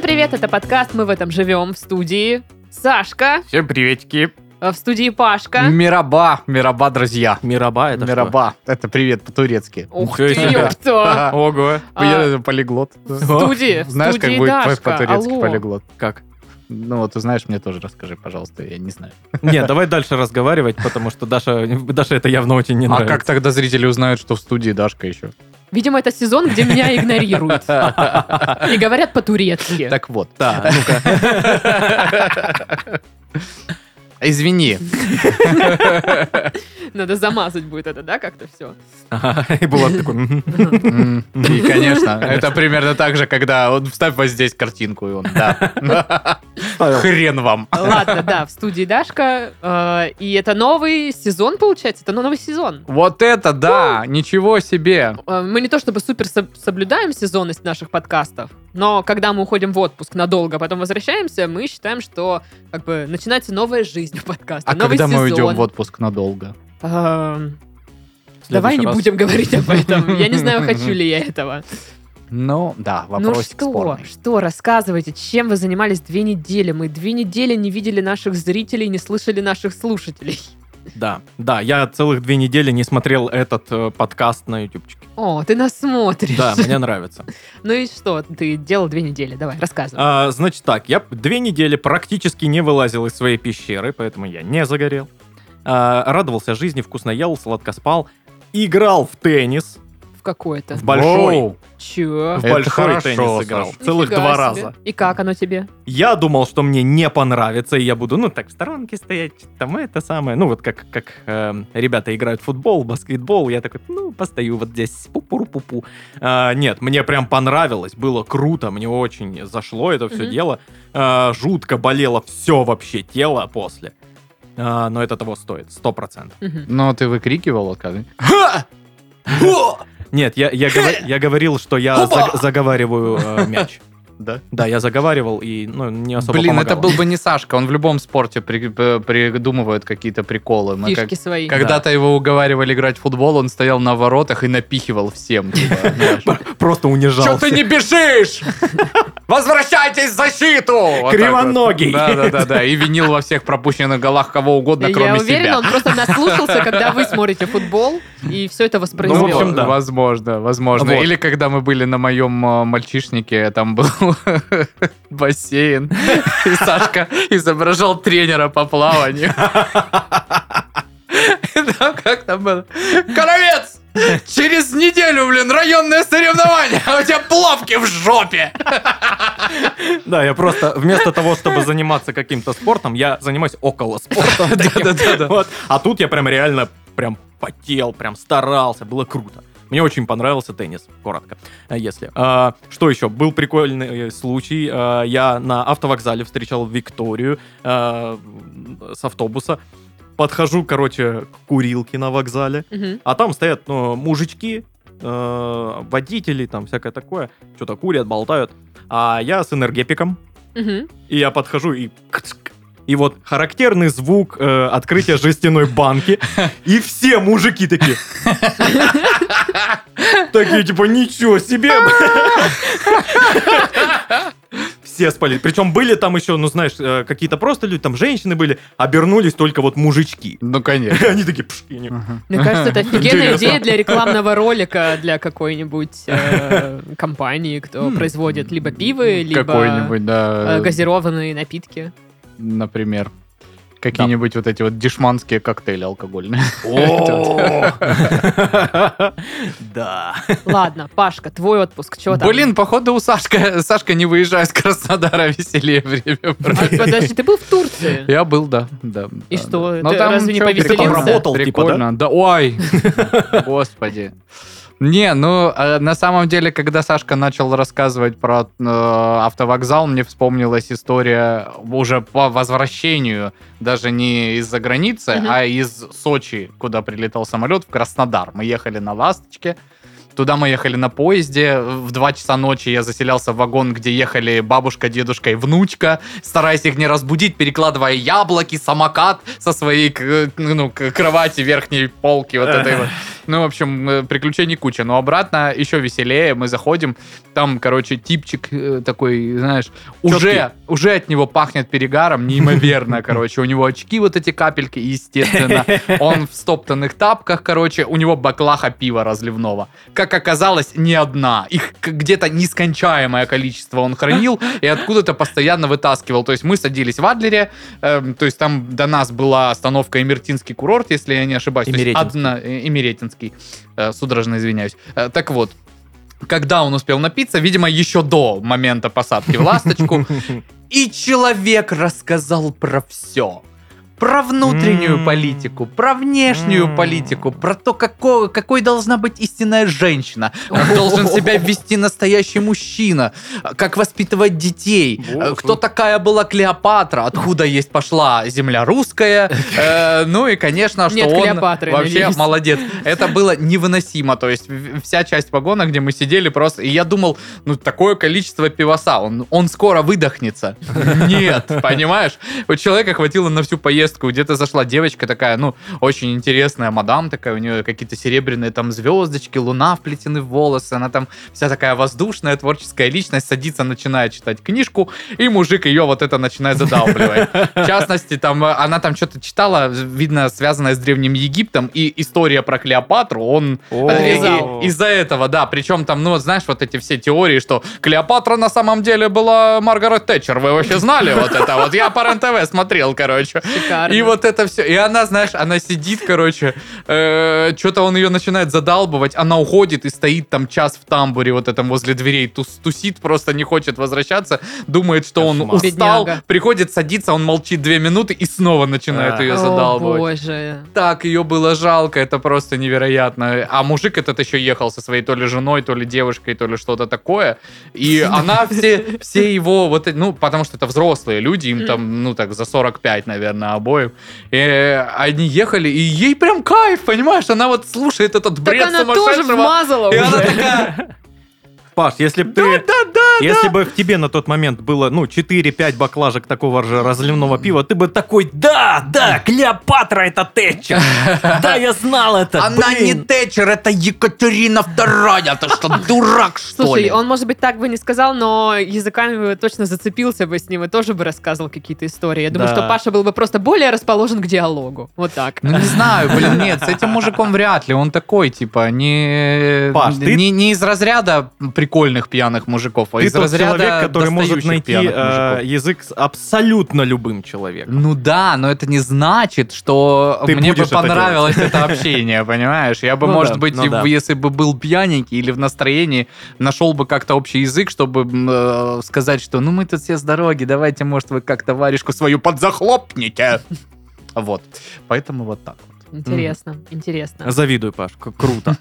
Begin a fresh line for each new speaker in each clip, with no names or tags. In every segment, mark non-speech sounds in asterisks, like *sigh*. привет! Это подкаст «Мы в этом живем» в студии Сашка,
Всем приветики.
э, в студии Пашка.
Мираба, мираба, друзья.
Мираба это
мираба. Это привет по-турецки. А,
Ух ты,
Ничего себе.
ёпта!
*laughs*
что? Ого.
Я полиглот.
В студии, в
Знаешь, как
студии
будет по-
Дашка.
по-турецки
Алло.
полиглот?
Как?
Ну вот, ты знаешь, мне тоже расскажи, пожалуйста, я не знаю.
Нет, давай дальше разговаривать, потому что Даша, Даша это явно очень не
А
нравится.
как тогда зрители узнают, что в студии Дашка еще?
Видимо, это сезон, где
*laughs*
меня игнорируют. И говорят по-турецки.
Так вот. А
Да, ну-ка. *laughs*
Извини.
Надо замазать будет это, да, как-то все?
Ага, И Булат такой... «Мгм».
М, *laughs* И, конечно, это примерно так же, когда он вставь вот здесь картинку, и он,
*laughs*
да. Хрен вам.
Ладно, да, в студии Дашка. э, И это новый сезон, получается? Это ну, новый сезон.
Вот это да, ничего себе.
Э, Мы не то чтобы супер соб- соблюдаем сезонность наших подкастов, но когда мы уходим в отпуск надолго, а потом возвращаемся, мы считаем, что как бы начинается новая жизнь у подкаста,
А
новый
когда мы
сезон.
уйдем в отпуск надолго?
Эм,
В
Давай
следующий
не
раз.
будем говорить об этом. Я не
*laughs*
знаю, хочу ли я этого.
Ну, да, вопросик
ну что,
спорный.
что, рассказывайте, чем вы занимались две недели? Мы две недели не видели наших зрителей, не слышали наших слушателей.
Да, да, я целых две недели не смотрел этот э, подкаст на
*laughs*
ютубчике.
О, ты нас смотришь.
Да, мне нравится.
Ну и что, ты делал две недели, давай, рассказывай.
А, значит так, я две недели практически не вылазил из своей пещеры, поэтому я не загорел. А, радовался жизни, вкусно ел, сладко спал. Играл в теннис,
В какое-то.
в большой,
Воу.
Чё?
в
Это
большой
хорошо,
теннис играл.
Саш.
Целых
Нифига
два
себе.
раза.
И как оно тебе?
Я думал, что мне не понравится, и я буду, ну, так, в сторонке стоять, там это самое. Ну, вот как, как эм, ребята играют в футбол, баскетбол, я такой, ну, постою вот здесь, пу-пу-ру-пу-пу. А, нет, мне прям понравилось, было круто, мне очень зашло это все
Мгм.
дело. А, жутко болело все вообще тело после. А, но это того стоит, сто процентов.
Мгм.
Ну, ты выкрикивал, вот как?
Нет, я, я, говор- я говорил, что я заг- заговариваю э, мяч.
Да.
Да, я заговаривал, и ну, не особо
Блин,
помогало.
это был бы не Сашка, он в любом спорте при- п- придумывает какие-то приколы. Мы как-
Фишки свои.
Когда-то его уговаривали играть в футбол, он стоял на воротах и напихивал всем. типа, *laughs*
Просто унижался.
Че ты не бежишь? Возвращайтесь в защиту! Вот так вот.
Кривоногий.
Да-да-да, и винил во всех пропущенных голах кого угодно,
Я
кроме
уверена,
себя.
он просто наслушался, когда вы смотрите футбол, и все это
Ну, в
воспроизвел.
общем, да.
Возможно, возможно.
Вот.
Или когда мы были на моем э, мальчишнике, там был *laughs* бассейн, и Сашка изображал тренера по плаванию. И Там как там было? Коровец! Через неделю, блин, районное соревнование, а у тебя плавки в жопе!
Да, я просто вместо того, чтобы заниматься каким-то спортом, я занимаюсь около спорта. Вот. А тут я прям реально прям потел, прям старался, было круто. Мне очень понравился теннис, коротко, э, если. А, что еще? Был прикольный э, случай. А, я на автовокзале встречал Викторию э, с автобуса. Подхожу, короче, к курилке на вокзале.
Мгм.
А там стоят ну, мужички, э, водители, там всякое такое. Что-то курят, болтают. А я с энергетиком.
Мгм.
И я подхожу и... кцк. И вот характерный звук э, открытия жестяной банки. И все мужики такие... Такие типа, ничего себе! Все спали. Причем были там еще, ну знаешь, э, какие-то просто люди, там женщины были, обернулись только вот мужички.
Ну, конечно.
Они такие... «Пш», и не-
Мне кажется, это офигенная
Интересно.
идея для рекламного ролика для какой-нибудь э, компании, кто
М.
производит либо пивы, либо
Хм. Какой-нибудь, да.
э, газированные напитки.
Например. Какие-нибудь вот эти вот дешманские коктейли алкогольные.
О! Да.
Ладно, Пашка, твой отпуск, чего там?
Блин, походу у Сашка, Сашка не выезжая из Краснодара, *laughs* веселее время.
А, подожди, ты был в Турции?
Я был, да, да.
И
да,
что,
да.
ты разве не
чё,
повеселился?
прикольно,
Поработал, типа,
Прикольно, да, ой, *laughs* господи. Не, ну, э, на самом деле, когда Сашка начал рассказывать про э, автовокзал, мне вспомнилась история уже по возвращению, даже не из-за границы,
Мгм.
а из Сочи, куда прилетал самолет, в Краснодар. Мы ехали на «Ласточке», Туда мы ехали на поезде. В 2 часа ночи я заселялся в вагон, где ехали бабушка, дедушка и внучка, стараясь их не разбудить, перекладывая яблоки, самокат со своей к- ну, к- кровати верхней полки вот этой вот Ну, в общем, э, приключений куча. Но обратно еще веселее. Мы заходим, там, короче, типчик э, такой, знаешь, уже, уже от него пахнет перегаром неимоверно, короче. У него очки вот эти капельки, естественно. Он в стоптанных тапках, короче. У него баклаха пива разливного. Как оказалось, не одна. Их к- где-то нескончаемое количество он хранил и откуда-то постоянно вытаскивал. То есть мы садились в Адлере, эм, то есть там до нас была остановка Эмертинский курорт, если я не ошибаюсь. То есть
Имеретинский.
одна- э, Имеретинский. Э, Судорожно извиняюсь. Э, Так вот, когда он успел напиться, видимо, еще до момента посадки в ласточку, и человек рассказал про все. Про внутреннюю
М.
политику, про внешнюю
М.
политику, про то, какого- какой должна быть истинная женщина, как должен себя вести настоящий мужчина, как воспитывать детей,
Боже.
кто такая была Клеопатра, откуда есть пошла земля русская, э, ну и, конечно, что
Нет
он
Клеопатры, ну,
вообще
надеюсь.
молодец. Это было невыносимо, то есть в- вся часть вагона, где мы сидели просто, и я думал, ну такое количество пивоса, он, он скоро выдохнется. Нет,
*laughs*
понимаешь? У человека хватило на всю поездку, где-то зашла девочка такая, ну, очень интересная мадам такая, у нее какие-то серебряные там звездочки, луна вплетены в волосы, она там вся такая воздушная, творческая личность, садится, начинает читать книжку, и мужик ее вот это начинает задалбливать. В частности, там, э, она там что-то читала, видно, связанное с Древним Египтом, и история про Клеопатру, он
Подрезал.
и- Из-за этого, да. Причем там, ну, знаешь, вот эти все теории, что Клеопатра на самом деле была Маргарет Тэтчер. Вы вообще знали вот это? Вот я по РЕН-ТВ смотрел, короче.
Шикарно.
*laughs* И вот это все. И она, знаешь, она сидит, короче, что-то он ее начинает задалбывать, она уходит и стоит там час в тамбуре вот этом возле дверей, тус- тусит, просто не хочет возвращаться, думает, что он
Кошмар.
устал,
Бедняга.
приходит, садится, он молчит две минуты и снова начинает
А.
ее
О,
задалбывать
боже.
так ее было жалко, это просто невероятно. А мужик этот еще ехал со своей то ли женой, то ли девушкой, то ли что-то такое.
*laughs*
И она все, все его, вот, э- ну, потому что это взрослые люди, им там, ну, так, за 45, наверное, обоим. И они ехали, и ей прям кайф, понимаешь? Она вот слушает этот бред
так она тоже
сумасшедшего.
вмазала
И она
уже.
такая,
Паш, если бы ты... Если бы в тебе на тот момент было, ну, 4-5 баклажек такого же разливного пива, ты бы такой, да, да, Клеопатра это Тэтчер. Да, я знал это.
она не
блин».
Тэтчер, это Екатерина Вторая. Ты что, дурак, что
Слушай,
ли?
он, может быть, так бы не сказал, но языками бы точно зацепился бы с ним и тоже бы рассказывал какие-то истории. Я думаю,
Да.
что Паша был бы просто более расположен к диалогу. Вот так.
Ну не знаю, блин, нет, с этим мужиком вряд ли. Он такой, типа, не,
Паш, ты-
не, не из разряда прикольных пьяных мужиков, а
Ты
из
тот
разряда
человек, который может
достающих
найти
пьяных
э,
мужиков.
язык с абсолютно любым человеком.
Ну да, но это не значит, что
Ты
мне бы
будешь это
понравилось это общение, понимаешь? Я бы,
Ну
может
да,
быть,
ну
и-
да.
если бы был пьяненький или в настроении, нашел бы как-то общий язык, чтобы м, э, сказать, что ну мы тут все с дороги, давайте, может, вы как-то варежку свою подзахлопните. Вот. Поэтому вот так. вот.
Интересно, интересно.
Завидую, Паш, к- круто.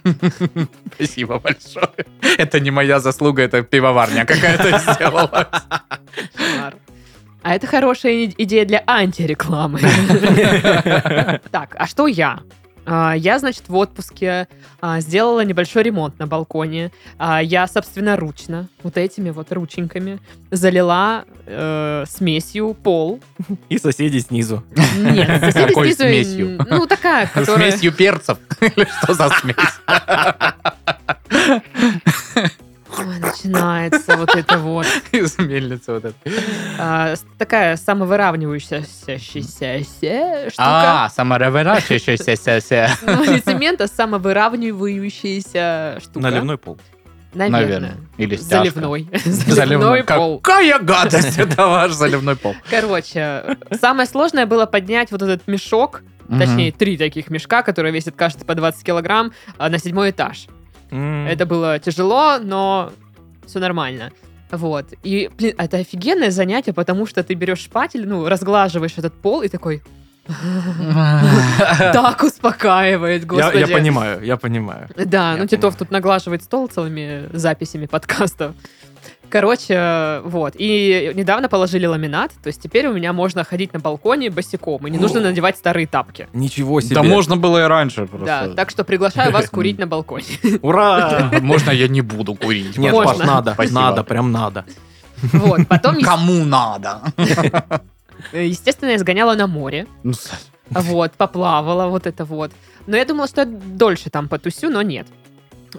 Спасибо большое. Это не моя заслуга, это пивоварня *laughs* какая-то сделала.
Кошмар. А это хорошая и- идея для антирекламы. Так, а что я? А, Я, значит, в отпуске а, сделала небольшой ремонт на балконе. А, Я собственноручно, вот этими вот рученьками, залила э, смесью пол.
И соседи снизу.
Нет, ну, соседи
Какой
снизу, м,
смесью?
Ну, такая, которая...
Смесью перцев. *laughs* Или что за смесь?
*laughs* Ой, начинается вот это вот.
*laughs* Из мельницы вот эта.
А, с- Такая самовыравнивающаяся штука.
А, самореверачивающаяся.
Ну, не цемент, а самовыравнивающаяся штука.
Наливной пол.
Наверное.
Наверное.
Или стяжка. *laughs*
Заливной. Заливной пол.
Какая гадость *laughs* это ваш заливной пол.
Короче, самое сложное было поднять вот этот мешок, точнее, три таких мешка, которые весят, кажется, по 20 килограмм, а, на седьмой этаж. Это было тяжело, но все нормально. Вот. И, блин, это офигенное занятие, потому что ты берешь шпатель, ну, разглаживаешь этот пол и такой... Так успокаивает,
Я
господи.
я понимаю, я понимаю.
Да,
Я
ну Титов тут наглаживает стол целыми записями подкастов. Короче, э, вот. И недавно положили ламинат, то есть теперь у меня можно ходить на балконе босиком, и не нужно
О.
надевать старые тапки.
Ничего себе.
Да
*laughs*
можно было и раньше
Да,
просто.
так что приглашаю вас курить на балконе.
Ура!
*laughs* Можно я не буду курить?
Нет,
Можно.
Типа, Паш, надо,
Спасибо.
надо, прям надо.
Вот, потом,
Кому надо?
е- естественно, я сгоняла на море.
Ну, с-
Вот, поплавала, вот это вот. Но я думала, что я дольше там потусю, но нет.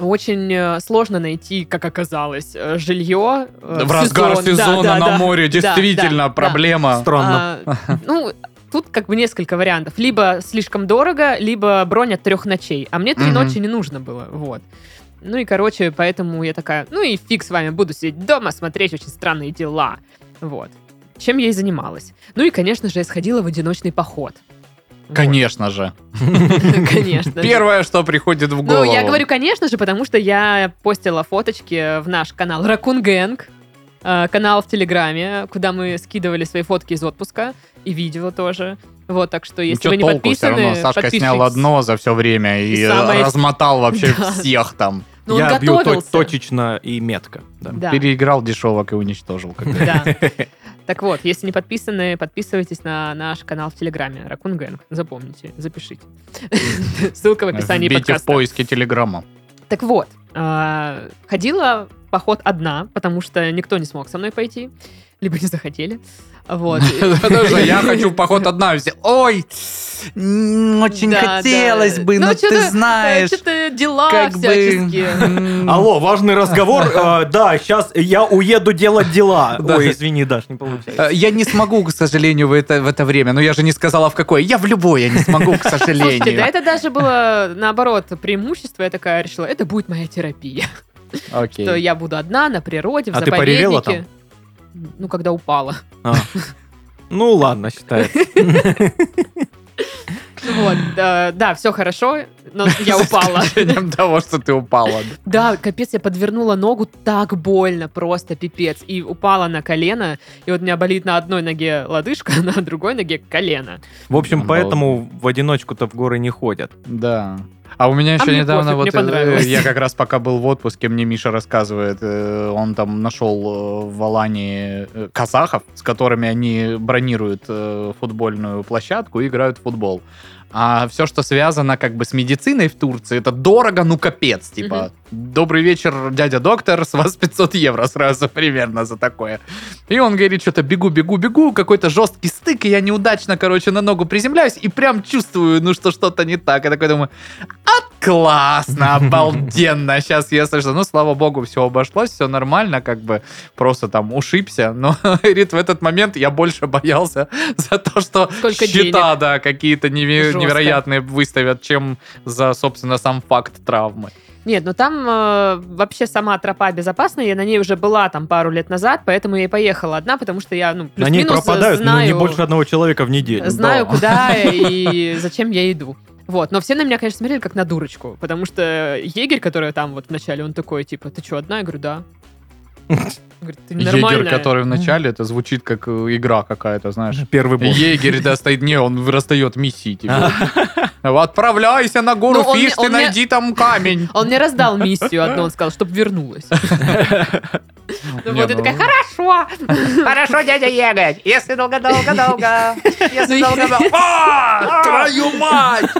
Очень э, сложно найти, как оказалось, э, жилье. э,
В разгар
сезон. Да,
сезона
да,
на
да.
море
да,
действительно
да.
проблема.
Странно.
А, ну, тут как бы несколько вариантов. Либо слишком дорого, либо бронь от трех ночей. А мне три
Мгм.
ночи не нужно было, вот. Ну и, короче, поэтому я такая, ну и фиг с вами, буду сидеть дома, смотреть очень странные дела. Вот. Чем я и занималась. Ну и, конечно же, я сходила в одиночный поход. Вот.
А, Конечно же. *laughs*
Конечно. же.
Первое, что приходит в
Ну,
голову.
я говорю, конечно же, потому что я постила фоточки в наш канал Ракун Гэнг, э, канал в Телеграме, куда мы скидывали свои фотки из отпуска и видео тоже. Вот, так что если
Ну, Ничего
вы не
толку
подписаны,
все равно. Сашка
подпишитесь.
снял одно за все время и,
И самое-
размотал вообще
*laughs* Да.
всех там.
Ну, он
я бью то-
готовился.
точечно и метко. да.
Да,
Переиграл дешевок и уничтожил.
*laughs*
как бы. *laughs*
да. Так вот, если не подписаны, подписывайтесь на наш канал в Телеграме Ракун Гэнг. Запомните, запишите. Ссылка в описании
Вбейте в
подкаста. *laughs*
поиске телеграмма.
Так вот, а, ходила в поход одна, потому что никто не смог со мной пойти, либо не захотели. Вот.
Даже
*laughs*
я хочу в поход одна. Все, Ой, м, *laughs* очень
Да,
хотелось
да.
бы,
Ну,
но
чё-то,
ты знаешь,
Что-то дела
как бы...
всяческие.
*laughs* м, а
Алло,
*laughs*
важный разговор. Э, Да, сейчас я уеду делать *laughs* дела.
Да.
Ой, извини, Даш, не получается.
э, Я не смогу, к сожалению, в это, в это время. Но я же не сказала, в какое. Я в любое не смогу,
*laughs*
к
Слушайте, да
сожалению.
это даже было, наоборот, преимущество. Я такая решила, это будет моя терапия. *laughs* Что
Окей.
я буду одна на природе, в
А ты поревела
заповеднике. Ну, когда упала. *laughs*
А. Ну ладно, считается.
Вот, э, да, все хорошо, но
*laughs*
я упала.
Исключением того, что ты упала.
Да, капец, я подвернула ногу так больно, просто пипец. И упала на колено, и вот у меня болит на одной ноге лодыжка, *laughs* а на другой ноге колено.
В общем,
Обалдеть.
поэтому в одиночку-то в горы не ходят.
Да. А у меня
А
еще
мне
недавно
пофиг, мне
вот
понравилось.
э, я как раз пока был в отпуске, мне Миша рассказывает, э, он там нашел э, в Алании э, казахов, с которыми они бронируют э, футбольную площадку и играют в футбол. А все, что связано как бы с медициной в Турции, это дорого, ну капец, типа. Добрый вечер, дядя доктор, с вас 500 евро сразу примерно за такое. И он говорит, что-то бегу, бегу, бегу, какой-то жесткий стык, и я неудачно, короче, на ногу приземляюсь, и прям чувствую, ну, что что-то не так. Я такой думаю, а, классно, обалденно, сейчас я слышу. Ну, слава богу, все обошлось, все нормально, как бы просто там ушибся. Но, *laughs* говорит, в этот момент я больше боялся за то, что
Сколько
счета, да, какие-то неве-
Жестко.
невероятные выставят, чем за, собственно, сам факт травмы.
Нет, ну там э, вообще сама тропа безопасная, я на ней уже была там пару лет назад, поэтому я и поехала одна, потому что я, ну,
Они
плюс-минус э,
пропадают, но
знаю,
не больше одного человека в неделю.
знаю
да.
куда и *laughs* зачем я иду. Вот, но все на меня, конечно, смотрели как на дурочку, потому что егерь, который там вот вначале, он такой, типа, ты что, одна? Я говорю,
*laughs*
да. Говорит, ты
Егерь,
нормальная?»
который в начале, это звучит как э, игра какая-то, знаешь.
Первый босс.
Егерь достает, не, он расстает миссии тебе. Отправляйся на гору
Ну, он
Фиш,
мне-
ты
он мне-
найди там камень.
А Он мне раздал миссию одну, он сказал, чтобы
*laughs*
вернулась. Ну
Не,
вот, я
ну,
такая, хорошо.
Хорошо, дядя Егорь, если
*laughs*
долго-долго-долго,
Ну,
если
и-
долго-долго...
*laughs* «А, Твою мать!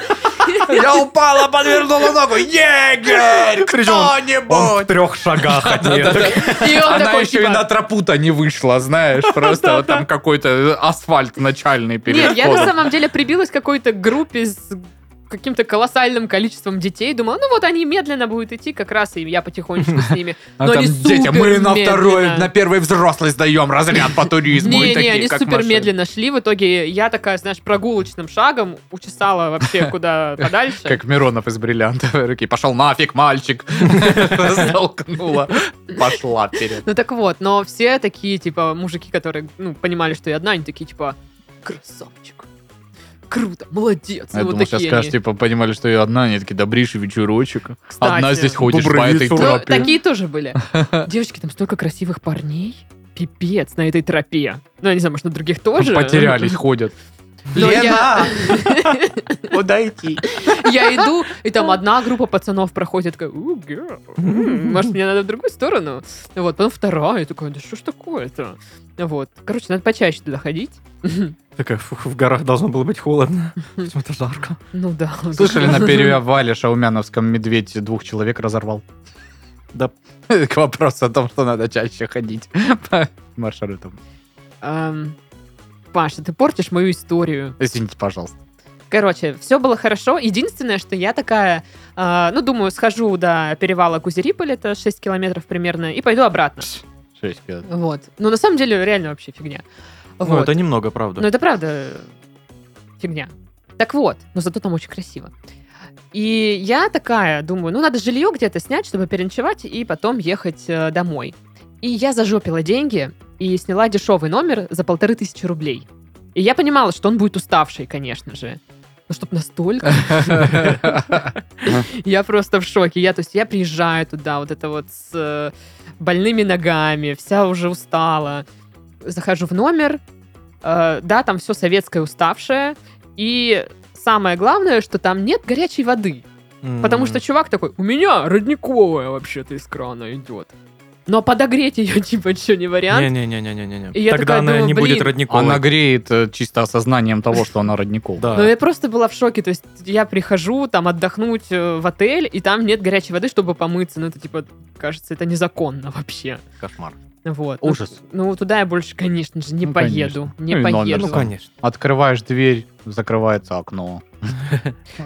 Я упала, подвернула ногу. Егерь!
Он в
Кто-нибудь!
трех шагах *laughs* от нее.
И он
Она
такой,
еще и
типа,
на тропу-то не
*laughs*
вышла, знаешь, просто вот там какой-то асфальт начальный перед
Нет, я на
входом.
самом деле прибилась к какой-то группе с каким-то колоссальным количеством детей. Думала, ну вот они медленно будут идти, как раз и я потихонечку с ними.
*laughs* А
Но
там
они
дети,
супер
мы на второй,
медленно.
на первый взрослый сдаем разряд по туризму. и
Не-не,
такие,
они
как
супер
машины.
медленно шли. В итоге я такая, знаешь, прогулочным шагом учесала вообще
*laughs*
куда подальше.
Как Миронов из *laughs* бриллиантовой руки. Пошел нафиг, мальчик. *laughs* Столкнула. Пошла вперед.
Ну так вот, но все такие, типа, мужики, которые, ну, понимали, что я одна, они такие, типа, красавчик, круто, молодец. Ну,
Я
вот
думал, сейчас
такие
скажешь,
они.
типа, понимали, что я одна, они такие, да бришь вечерочек.
Кстати.
Одна здесь ходишь по
Добрый
этой
вечер.
Ну,
тропе.
такие тоже
*laughs*
были. Девочки, там столько красивых парней. Пипец, на этой тропе. Ну, я не знаю, может, на других тоже.
Потерялись, ходят.
Но
ну,
я,
Куда идти?
*laughs* я иду, и там одна группа пацанов проходит, такая, «Ooh, girl, м, может, мне надо в другую сторону? Вот, потом вторая, я такая, да что ж такое-то? Вот, короче, надо почаще туда ходить.
Такая, фух, в горах должно было
*laughs*
быть холодно. Почему-то жарко.
Ну да.
Слышали, на перевале шаумяновском медведь двух человек разорвал?
Да.
*laughs* К вопросу о том, что надо чаще ходить *laughs* по маршрутам.
Эм, Паша, ты портишь мою историю.
Извините, пожалуйста.
Короче, все было хорошо. Единственное, что я такая, а, ну, думаю, схожу до перевала Кузериполь, это 6 километров примерно, и пойду обратно.
*laughs*
Вот. Но на самом деле реально вообще фигня.
Ну,
Вот.
это немного,
Ну,
правда.
это правда э, фигня. Так вот, но зато там очень красиво. И я такая думаю, ну, надо жилье где-то снять, чтобы переночевать и потом ехать э, домой. И я зажопила деньги и сняла дешевый номер за полторы тысячи рублей. И я понимала, что он будет уставший, конечно же. Ну, чтоб настолько. Я просто в шоке. Я, то есть, я приезжаю туда, вот это вот с э, больными ногами, вся уже устала. Захожу в номер, э, да, там все советское уставшее, и самое главное, что там нет горячей воды, Ну, потому что чувак такой, у меня родниковая вообще-то из крана идет. Но подогреть ее *laughs* типа еще не вариант. И
Не-не-не-не-не.
я
Тогда
такая
она
думаю,
не
блин,
будет родниковой.
Она греет э, чисто осознанием того, что она родников.
Но
Да.
я просто была в шоке, то есть я прихожу там отдохнуть э, в отель, и там нет горячей воды, чтобы помыться, ну это типа, кажется, это незаконно вообще.
Кошмар.
Вот.
Ужас.
Ну, ну, туда я больше, конечно же, не
Ну,
поеду.
конечно.
Не
Ну, и номер
поеду.
Ну, конечно.
Открываешь дверь, закрывается окно.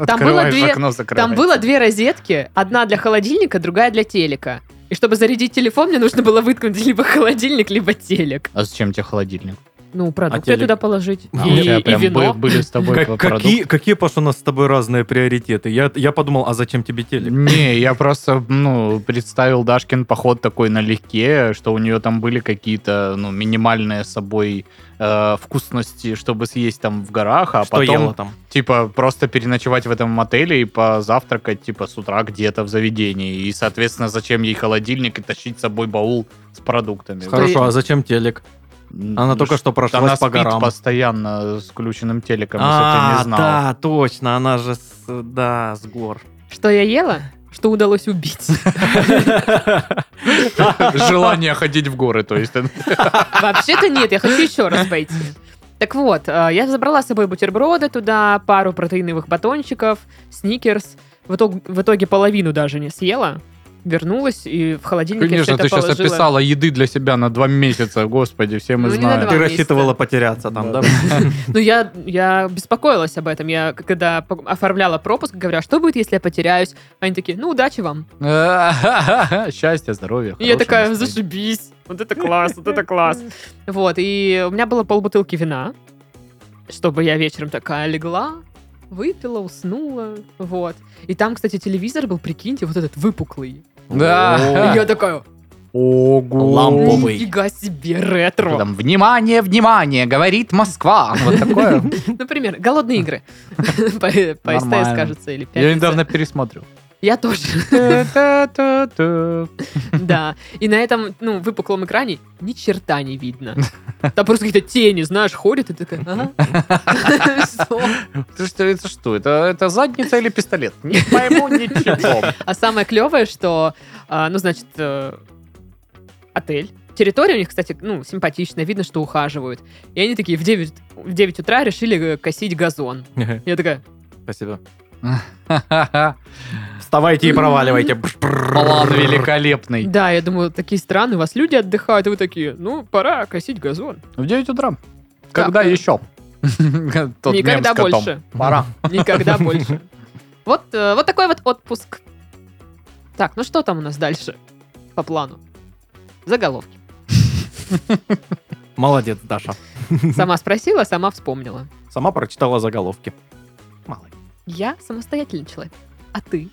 Там было
Открываешь
две- Там
окно, закрывается.
было две розетки, одна для холодильника, другая для телека. И чтобы зарядить телефон, мне нужно было выткнуть либо холодильник, либо телек.
А зачем тебе холодильник?
Ну, продукты
телек?
туда положить.
А,
и,
у тебя
и
прям бы-
вино.
были с тобой
Как-
продукты?
Какие, какие, Паш, у нас с тобой разные приоритеты? Я, я подумал, а зачем тебе телек?
Не, я просто, ну, представил Дашкин поход такой налегке, что у нее там были какие-то, ну, минимальные с собой э, вкусности, чтобы съесть там в горах, а
Что
потом,
ела там?
типа, просто переночевать в этом отеле и позавтракать, типа, с утра где-то в заведении. И, соответственно, зачем ей холодильник и тащить с собой баул с продуктами?
Хорошо, а зачем телек?
М,
Она
ну,
только
ш-
что
Она
прошлась по
спит
горам.
постоянно с включенным телеком, если ты не
А,
знал.
да, точно, она же, с- да, с гор.
Что я ела? Что удалось убить. *laughs*
*laughs* Желание ходить в горы, то есть.
Вообще-то нет, я хочу еще раз пойти. Так вот, э, я забрала с собой бутерброды туда, пару протеиновых батончиков, сникерс. В итог- в итоге половину даже не съела. Вернулась и в холодильнике всё
Конечно,
это
ты сейчас
положила.
описала еды для себя на два месяца, господи, все мы
Ну, не на
знаем.
два.
Ты
месяца.
рассчитывала потеряться там,
Да.
да?
Ну, я, я беспокоилась об этом. Я когда по- оформляла пропуск, говорю, а что будет, если я потеряюсь? Они такие, ну, удачи вам.
*laughs* Счастья, здоровья.
И я
хорошего
такая,
настроения.
зашибись. Вот это класс, вот это класс. Вот, и у меня было полбутылки вина, чтобы я вечером такая легла, выпила, уснула, вот. И там, кстати, телевизор был, прикиньте, вот этот выпуклый.
Да.
И я такая,
Ого.
Ламповый.
нифига себе, ретро.
Там, внимание, внимание, говорит Москва.
*laughs*
Вот такое.
Например, «Голодные
*laughs*
игры» по по СТС,
Нормально.
кажется, или
Я
«Пятница». *laughs*
недавно пересмотрел.
Я тоже.
Ту-ту-ту-ту.
Да. И на этом, ну, выпуклом экране ни черта не видно. Там просто какие-то тени, знаешь, ходят, и ты такая, ага. *laughs* Что?
Ты что, это что? Это это задница или пистолет? *laughs* Не пойму ничего.
А самое клевое, что, а, ну, значит, э, отель. Территория у них, кстати, ну, симпатичная, видно, что ухаживают. И они такие в 9, в 9 утра решили э, косить газон. Я такая,
*laughs* Спасибо. Вставайте и проваливайте.
План великолепный.
да, я думаю, такие страны, у вас люди отдыхают, и вы такие, ну, пора косить газон.
В 9 утра. Когда
Так.
еще? э, *laughs* Тот мем
Никогда
с котом.
больше.
Пора. *laughs*
Никогда больше. Вот, э, вот такой вот отпуск. Так, ну что там у нас дальше по плану?
*laughs*
Заголовки.
*laughs* Молодец, Даша.
Сама спросила, сама вспомнила.
Сама прочитала заголовки. Молодец.
Я самостоятельный человек. А
*laughs*
ты?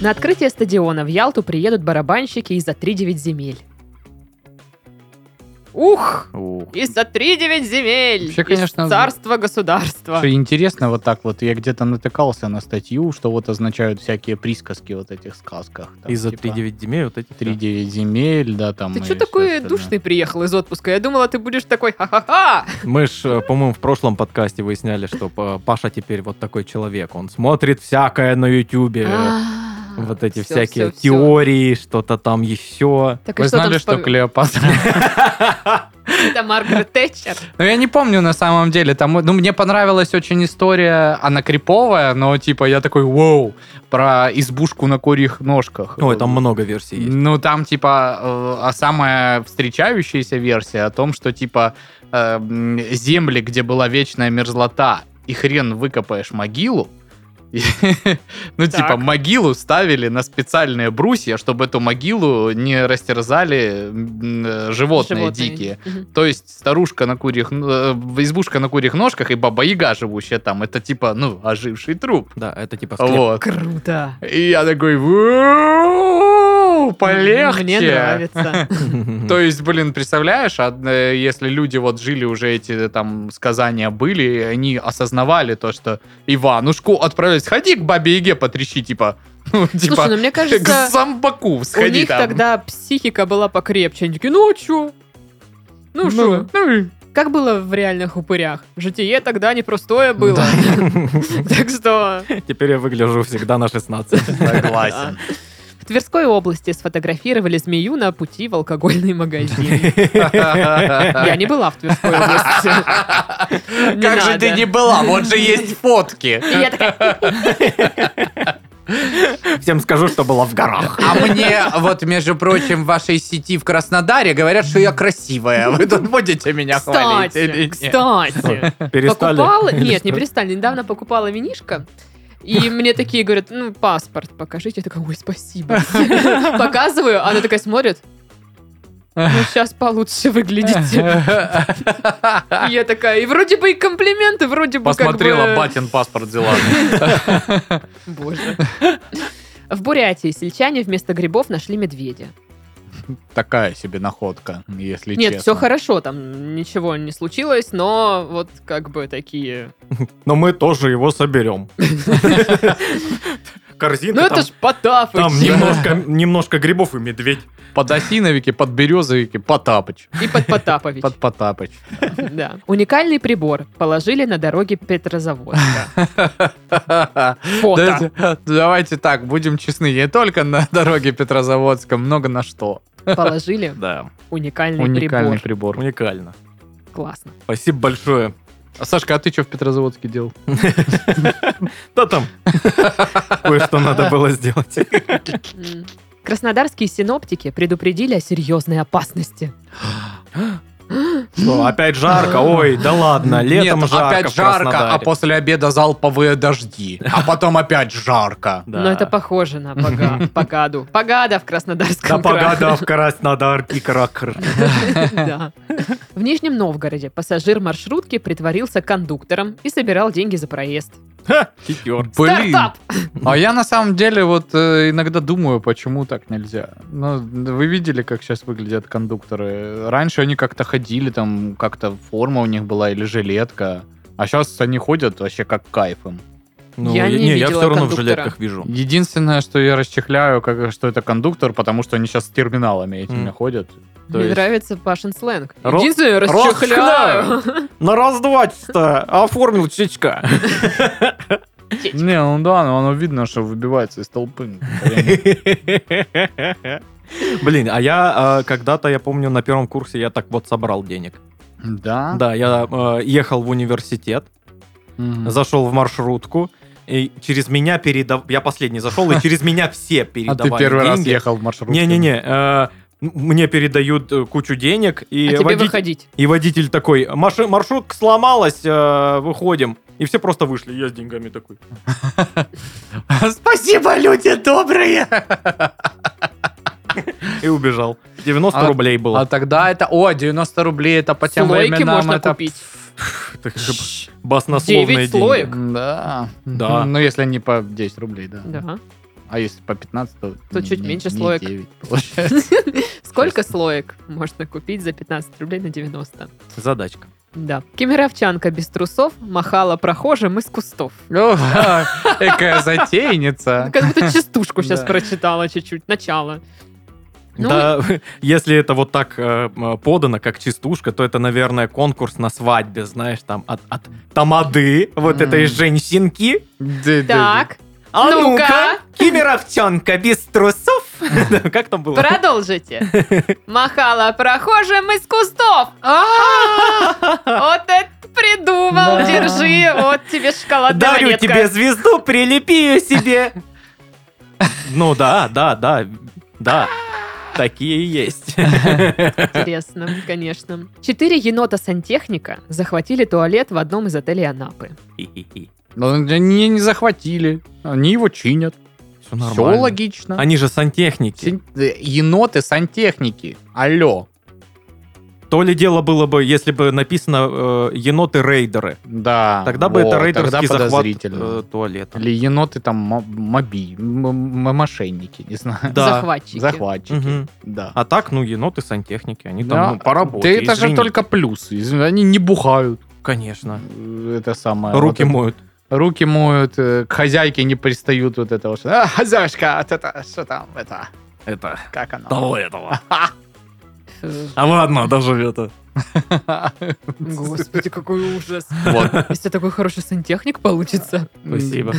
На открытие стадиона в Ялту приедут барабанщики из-за 3-9 земель. Ух!
Ух.
Из-за 3-9 земель!
Вообще,
из
конечно,
царства государства.
Что интересно, вот так вот я где-то натыкался на статью, что вот означают всякие присказки вот этих сказках. Там,
Из-за
типа,
3-9 демей вот эти.
3-9 земель, да, там.
Ты
и
что
всё
такой
остальное.
душный приехал из отпуска? Я думала, ты будешь такой ха-ха-ха.
Мы ж, э, по-моему, в прошлом подкасте выясняли, что э, Паша теперь вот такой человек. Он смотрит всякое на Ютубе. э, Вот эти
А, Всё,
всякие
всё, всё.
теории, что-то там еще.
Так и
Вы
что там *laughs*
знали,
с
что
пов-
Клеопатра
*laughs* Это Маргарет Тэтчер.
Ну, я не помню на самом деле. Там, ну, мне понравилась очень история, она криповая, но типа я такой, вау, про избушку на курьих ножках.
Ой, Ну, там много версий есть.
Ну, там, типа, э, а самая встречающаяся версия о том, что, типа, э, м, земли, где была вечная мерзлота, и хрен выкопаешь могилу, *laughs* И, ну,
Так.
типа, могилу ставили на специальные брусья, чтобы эту могилу не растерзали м, э, животные дикие.
Мгм.
То есть старушка на курьих, э, избушка на курьих ножках и баба-яга, живущая там, это типа, ну, оживший труп.
Да, это типа склеп.
Вот.
Круто.
И я такой, «Ву, полегче.
Мне нравится.
*laughs*
То есть, блин, представляешь, од- э, если люди вот жили уже эти э, там сказания были, и они осознавали то, что Иванушку отправились, ходи к бабе Яге потрещи, типа, *laughs* ну,
Слушай,
типа,
ну мне
к
кажется,
зомбаку
у
сходи
них
там.
тогда психика была покрепче. Они такие, ну чё? Ну что? Как было в реальных упырях? Житие тогда непростое было. Так что...
Теперь я выгляжу всегда на 16.
Согласен.
В Тверской области сфотографировали змею на пути в алкогольный магазин. *laughs* Я не была в Тверской области. Не
Как же ты
надо.
не была? Вот же есть фотки.
И я такая,
Всем скажу, что была в горах.
А мне, вот, между прочим, в вашей сети в Краснодаре говорят, что я красивая. Вы тут будете меня хвалить или
кстати,
нет?
кстати.
Перестали?
Покупала?
Или
Нет, не
что?
перестали. Недавно покупала винишко. И мне такие говорят, ну, паспорт покажите. Я такая, ой, спасибо. Показываю, она такая смотрит. Ну, сейчас получше выглядите. И Я такая, и вроде бы и комплименты, вроде бы как
Посмотрела,
бы...
батин паспорт взяла.
Боже. В Бурятии сельчане вместо грибов нашли медведя.
Такая себе находка, если честно.
Нет, все хорошо, там ничего не случилось, но вот как бы такие...
Но мы тоже
*laughs*
его соберем. Корзинка
Ну это
а там-
ж Потапыч.
там немножко, немножко грибов и медведь.
Под осиновики, под березовики, Потапыч.
И под Потапович.
Под Потапыч.
Да. Уникальный прибор положили на дороге Петрозаводска. Фото.
Да, Давайте так, будем честны, не только на дороге Петрозаводска, много на что.
Положили
Да,
уникальный
Уникальный
прибор.
прибор.
уникально.
Классно.
Спасибо большое.
А, Сашка, а ты что в Петрозаводске делал?
Да там кое-что надо было сделать.
М. Краснодарские синоптики предупредили о серьезной опасности.
Что, опять жарко? Ой, да ладно, летом
Нет,
жарко
опять
в
жарко,
Краснодаре.
а после обеда залповые дожди. А потом опять жарко.
Да.
Но Ну, это похоже на пога- погаду. Погада в Краснодарском
Да
крае.
погода в Краснодар и Кракр.
Да. В Нижнем Новгороде пассажир маршрутки притворился кондуктором и собирал деньги за проезд.
Хитер.
Блин.
Стартап!
А я на самом деле вот э, иногда думаю, почему так нельзя. Ну, вы видели, как сейчас выглядят кондукторы? Раньше они как-то ходили, там как-то форма у них была или жилетка. А сейчас они ходят вообще как кайфом.
Ну,
Я не
я
видела
все равно в
кондуктора.
жилетках вижу.
Единственное, что я расчехляю, как, что это кондуктор, потому что они сейчас с терминалами этими
М.
ходят.
То
Мне
есть-
нравится Пашин сленг.
Ро-
Единственное, расчехляю.
На раздувать-то оформил чечка.
Не, ну да, но оно видно, что выбивается из
*laughs*
толпы.
Блин, а я э, когда-то, я помню, на первом курсе я так вот собрал денег.
А?
Да?
Да, я э, ехал в университет,
Мгм.
зашел в маршрутку, и через меня передав... Я последний зашел, и через меня все
А
передавали
ты первый раз
деньги.
ехал в маршрутке?
Не-не-не, э, м- мне передают э, кучу денег, и,
А тебе
водитель,
выходить.
и водитель такой, «Маши- маршрутка сломалась, э, выходим. И все просто вышли, я с деньгами такой.
*laughs* Спасибо, люди добрые!
И убежал. 90
А-
рублей было.
А тогда это, о, 90 рублей, это по тем
Слойки
временам
можно
это...
купить.
Это же баснословные
Девять
деньги.
слоек.
Да. *laughs*
Да.
Ну, если они по 10 рублей, да.
*laughs*
Да.
А если по 15, то...
То чуть
не-
меньше
не
слоек.
*laughs* 9 получается.
Сколько слоек можно купить за 15 рублей на 90?
Задачка.
Да. Кемеровчанка без трусов махала прохожим из кустов.
Ну, Экая затейница.
Как будто частушку
*laughs*
сейчас
Да.
прочитала чуть-чуть, начало. Ну,
да, *laughs* если это вот так э, м, подано, как частушка, то это, наверное, конкурс на свадьбе, знаешь, там от, от тамады вот
М.
этой женщинки.
Да, да, да.
Так.
А
Ну-ка. *laughs*
ну-ка, кемеровчонка без трусов Как там
*laughs*
было?
Продолжите.
*laughs*
Махала прохожим из кустов.
А!
*laughs* Вот это придумал.
Да.
Держи, вот тебе шоколадная
Дарю
монетка.
тебе звезду, прилепи
*laughs*
ее себе. Ну да, да, да, да. Такие
*laughs*
есть.
Интересно, конечно. Четыре енота-сантехника захватили туалет в одном из отелей Анапы.
Все
Но они не захватили. Они его чинят. Все логично.
Они же сантехники.
Син- э, Еноты сантехники. Алло.
То ли дело было бы, если бы написано э, еноты-рейдеры.
Да.
Тогда бы
вот,
это
А, тогда
рейдерский захват
подозрительно.
э, туалета.
Или еноты там мо- моби, м- м- мошенники, не знаю.
Да.
Захватчики.
*laughs* Захватчики.
Мгм.
Да.
А так, ну, еноты-сантехники. Они
Да.
там ну, по работе.
Да это же
извини.
только плюс. Изв- Они не бухают.
Конечно.
Э, Это самое.
Руки
вот это.
моют.
Руки моют, э, к хозяйке не пристают вот этого. Что, а, хозяюшка, вот это, что там, это,
Это
как оно?
этого.
Э,
А ладно, даже это.
Господи, какой ужас.
*laughs* Вот.
Если такой хороший сантехник получится.
Спасибо.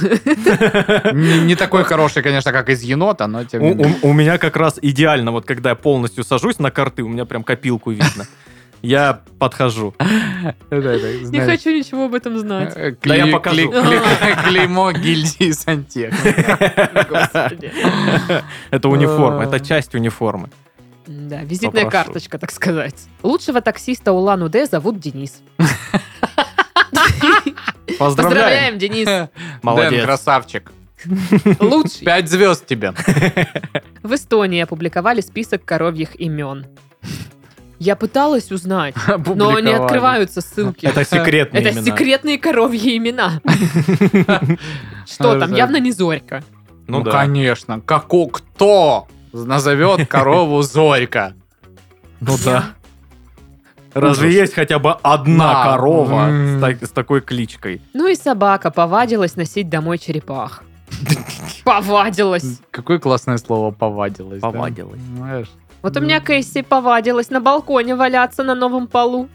Не, не такой хороший, конечно, как из енота, но тем не
У,
менее.
у- у меня как раз идеально, вот когда я полностью сажусь на карты, у меня прям копилку видно. Я подхожу.
*laughs* Да, да,
Не
знаешь,
хочу ничего об этом
*laughs*
знать.
э,
Да я
кли-
покажу.
кли- кли- *laughs* Клеймо гильдии сантехника.
Господи.
Э.
Это униформа, это часть униформы.
Да, визитная
Попрошу.
карточка, так сказать. Лучшего таксиста Улан-Удэ зовут Денис.
Поздравляем.
Поздравляем, Денис.
*laughs*
Дэн,
Молодец.
красавчик.
Лучший.
Пять звезд тебе.
В Эстонии опубликовали список коровьих имен. Я пыталась узнать, но не
Опубликовали.
открываются ссылки.
Это секретные
Это
имена.
секретные коровьи имена. Что там?
Да.
Явно не Зорька.
Ну
Ну,
да.
конечно. Како, кто назовет
*laughs*
корову Зорька?
Ну да. Разве
Ужас.
есть хотя бы одна
Да.
корова
М.
с так- с такой кличкой?
Ну и собака повадилась носить домой черепах. Повадилась.
Какое классное слово повадилось. да?
Повадилось.
Понимаешь?
Вот у меня Кэсси повадилась на балконе валяться на новом полу.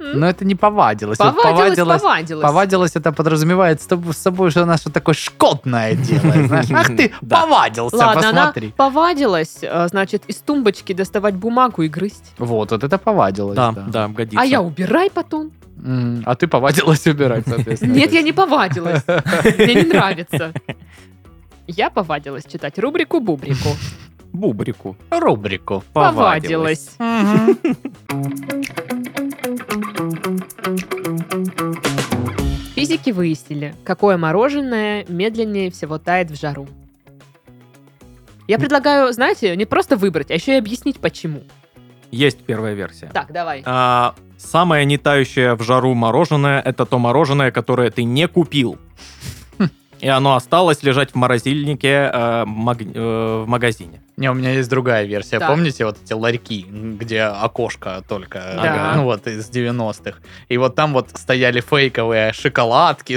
М?
Но это не повадилось. это
Повадилась,
повадилось.
повадилась.
Повадилось это подразумевает с тоб- с собой, что она что такое шкотное делает. знаешь. Ах ты,
*laughs* Да.
повадился,
Ладно, она
а посмотри.
повадилась, э, значит, из тумбочки доставать бумагу и грызть.
Вот, вот это повадилось.
Да, да, годится.
А я убирай потом.
М, А ты повадилась *laughs* убирать, соответственно.
Нет, я не повадилась. Мне не нравится. Я повадилась читать рубрику Бубрику.
Бубрику.
Рубрику.
Повадилась. Физики выяснили, какое мороженое медленнее всего тает в жару. Я предлагаю, знаете, не просто выбрать, а еще и объяснить, почему.
Есть первая версия.
Так, давай.
А, Самое не тающее в жару мороженое – это то мороженое, которое ты не купил. И оно осталось лежать в морозильнике э, маг- э, в магазине.
Не, у меня есть другая версия.
Так.
Помните вот эти ларьки, м, где окошко только,
Да.
ну *laughs* вот из 90-х. И вот там вот стояли фейковые шоколадки,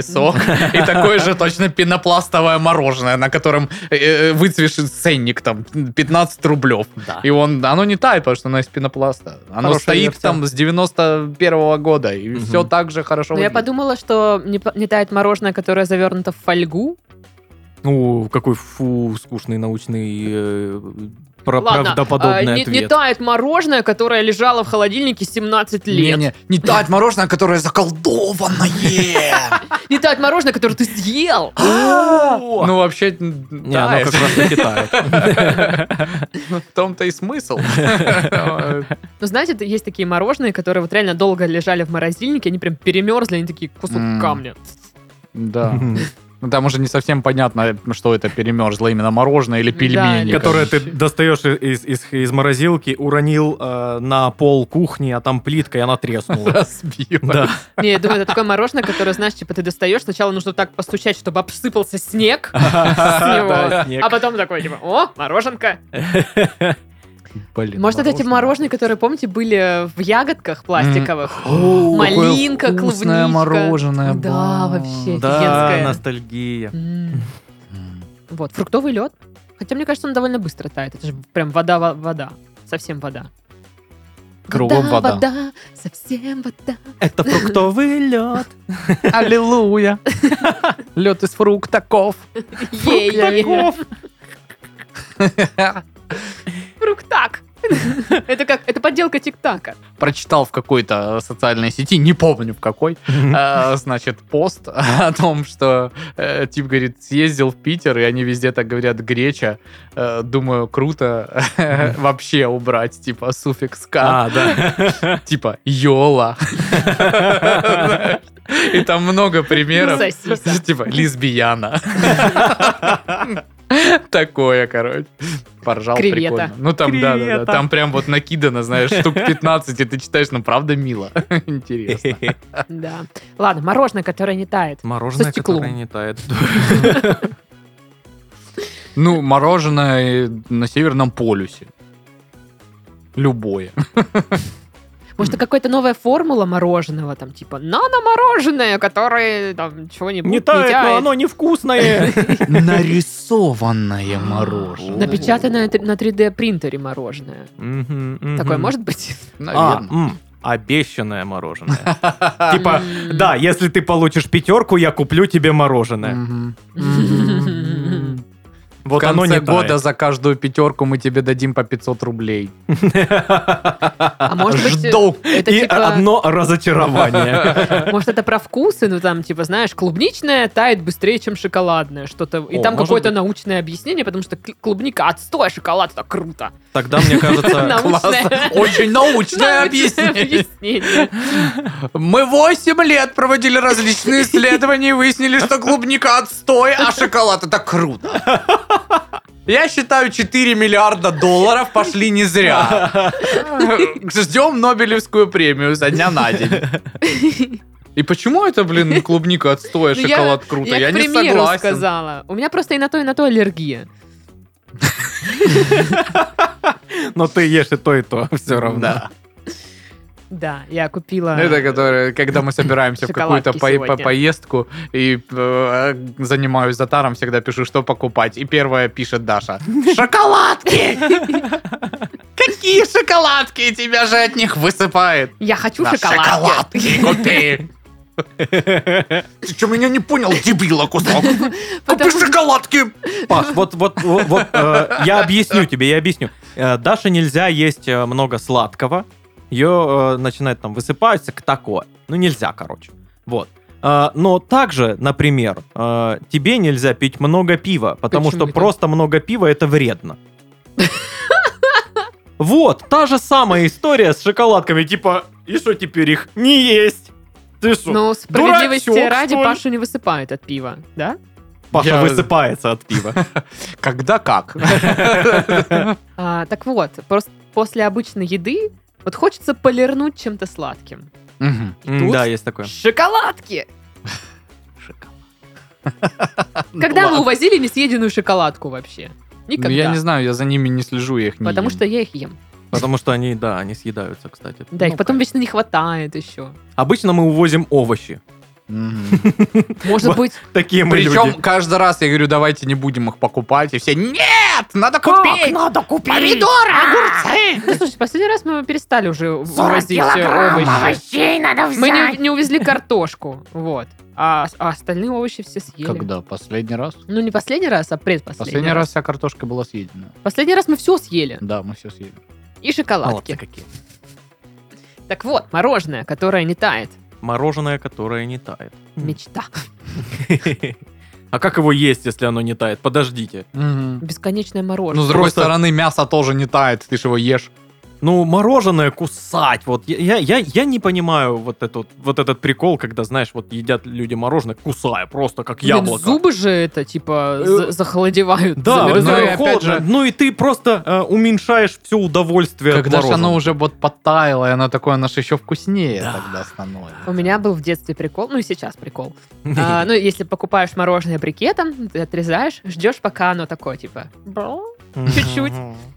*laughs*
сок и такое же точно пенопластовое мороженое, на котором э, э, выцвешен ценник там 15 рублев.
Да.
И он, оно не тает, потому что оно из пенопласта. Оно
Хорошая
стоит
версия.
там с 91 года, и
Мгм.
все так же хорошо
Но Ну, я
выглядит.
подумала, что не, п- не тает мороженое, которое завернуто в фольгу.
Ну, какой фу, скучный научный э, про-
Ладно,
правдоподобный
а, не, не
ответ.
тает мороженое, которое лежало в холодильнике 17 лет.
Не-не, не тает мороженое, которое
*laughs*
заколдованное.
Не тает мороженое, которое ты съел.
Ну, вообще,
Не, оно
да,
как раз таки тает.
в том-то и смысл. *laughs*
Ну, знаете, это есть такие мороженые, которые вот реально долго лежали в морозильнике, они прям перемерзли, они такие кусок
М.
камня.
Да. Ну, там уже не совсем понятно, что это перемерзло, именно мороженое или
Да,
пельмени.
или-
Которое ты
Короче.
достаешь из, из- из морозилки, уронил э, на пол кухни, а там плитка, и
*laughs*
она треснула.
разбило.
Да.
Не, я думаю, это такое мороженое, которое, знаешь, типа ты достаешь, сначала нужно так постучать, чтобы обсыпался
*laughs*
снег,
Да, снег.
а потом такой, типа, о, мороженка.
Блин,
Может, это эти мороженые, которые, помомните, были в ягодках пластиковых?
О,
Малинка,
какое вкусное
клубника.
мороженое.
Да,
ба.
вообще.
Да,
Офигенская.
ностальгия.
М. Вот, фруктовый лед. Хотя, мне кажется, он довольно быстро тает. Это же прям вода, во- вода. Совсем вода.
Кругом вода.
вода, совсем вода.
Это фруктовый лед.
Аллилуйя.
*laughs*
Лед из фруктаков.
Ей-ей. Вдруг так. *laughs* Это как, это подделка тик-така.
прочитал в какой-то социальной сети, не помню в какой, э, значит, пост *laughs* о том, что э, тип говорит, съездил в Питер, и они везде так говорят греча. Э, Думаю, круто *laughs* вообще убрать, типа, суффикс «ка»,
А, да.
типа «йола». И там много примеров.
Сосиса.
Типа лесбияна. Такое, короче. Поржал
Кревета.
прикольно. Ну там, да, да, да.
Кревета.
Там прям вот накидано, знаешь, штук 15, и ты читаешь, ну правда мило. Интересно.
Да. Ладно, мороженое, которое не тает. Со
Мороженое,
стеклом.
которое не тает.
Ну, мороженое на Северном полюсе. Любое.
Может, это какая-то новая формула мороженого, там, типа, нано-мороженое, которое, там, чего-нибудь
*laughs* Не тает,
а
но
*laughs*
оно невкусное.
Нарисованное
На
мороженое.
пи-
Напечатанное т- на 3D-принтере мороженое.
Мгм, мгм.
Такое может быть?
А,
Наверное.
м, Обещанное мороженое. Типа,
М.
да, если ты получишь пятерку, я куплю тебе мороженое.
Мгм. Мгм. В
Вот оно
конце
не
года
года.
за каждую пятерку мы тебе дадим по 500 рублей.
А может быть,
Жду.
это
И
типа-
одно разочарование.
Может, это про вкусы, ну там, типа, знаешь, клубничное тает быстрее, чем шоколадное. Что-то. И
О,
там
может
какое-то
быть.
научное объяснение, потому что кл- клубника отстой, а шоколад это круто.
Тогда, мне
э,
кажется,
Научное.
Классно. Очень научное
Научное
объяснение.
*laughs*
Э,
объяснение.
Мы 8 лет проводили различные исследования и выяснили, что клубника отстой, а шоколад это круто. Я считаю, 4 миллиарда долларов пошли не зря. Ждем Нобелевскую премию со дня на день. И почему это, блин, клубника отстой, а
Ну, я-
шоколад круто? Я
к
не
примеру
согласен.
сказала. У меня просто и на то, и на то аллергия.
но ты ешь и то, и то *laughs* все равно.
Да.
Да, я купила.
Ну,
Ну,
Это которое, когда мы собираемся в какую-то
Шоколадки
по- по-
сегодня.
поездку и э, занимаюсь затаром, всегда пишу, что покупать. И первое пишет Даша. Шоколадки! Какие шоколадки? Тебя же от них высыпает.
Я хочу
Да,
шоколад.
Шоколадки купи! Ты что, меня не понял, дебила кусок? Купи
Потому-
шоколадки!
Паш, вот, вот, вот, вот, э, я объясню тебе, я объясню. Э, Даше нельзя есть э, много сладкого. Ее э, начинает там высыпаться, к такое. Ну, нельзя, короче. Вот. Э, но также, например, э, тебе нельзя пить много пива, потому
Почему
что
это?
просто много пива это вредно. *laughs* Вот, та же самая история с шоколадками. Типа, и что теперь их не есть? Ты что,
*laughs* Ну, справедливости
дурачок,
ради
что ли?
Пашу не высыпает от пива, да?
Паша
Я-
высыпается от пива.
*laughs*
Когда как?
А, так вот, просто после обычной еды вот хочется полирнуть чем-то сладким.
Мгм.
М,
Тут
Да, есть
*laughs*
такое.
Шоколадки! Когда
Ну Ладно.
вы увозили несъеденную шоколадку вообще? Никогда.
Ну, я не знаю, я за ними не слежу, я их не
Потому
ем.
что я их ем.
Потому что они, да, они съедаются, кстати.
Да,
Ну,
их потом
конечно.
вечно не хватает еще.
Обычно мы увозим овощи.
Мгм.
Может
Вот.
быть,
Такие мы
Причем
люди.
каждый раз я говорю, давайте не будем их покупать. И все, нет, надо купить.
надо купить?
*laughs*
Помидоры,
ну
огурцы.
слушай, последний раз мы перестали уже увозить э, овощи.
Овощей надо взять.
Мы не, не увезли картошку, вот. А, а остальные овощи все съели.
Когда? Последний раз?
Ну, не последний раз, а предпоследний
Последний раз вся картошка была съедена.
Последний раз мы все съели.
Да, мы все съели.
И шоколадки.
Молодцы какие.
Так вот, мороженое, которое не тает.
Мороженое, которое не тает. *laughs*
Мечта.
А как его есть, если оно не тает? Подождите.
Бесконечное мороженое.
Ну, с другой
Просто-
стороны, мясо тоже не тает, ты же его ешь.
Ну, мороженое кусать. Вот я, я, я, я не понимаю вот этот, вот этот прикол, когда, знаешь, вот едят люди мороженое, кусая, просто как
Блин,
яблоко.
Зубы же это, типа,
Э,
за- захолодевают.
Да,
Ну,
это
замерзают.
и опять
холодно.
же-
Ну и ты просто э, уменьшаешь все удовольствие от
Когда же
мороженого.
оно уже вот подтаяло, и оно такое, оно же еще вкуснее
Да.
тогда становится.
У меня был в детстве прикол, ну и сейчас
*laughs*
прикол.
*laughs*
А, ну, если покупаешь мороженое брикетом, ты отрезаешь, ждешь, пока оно такое, типа... бро. чуть-чуть.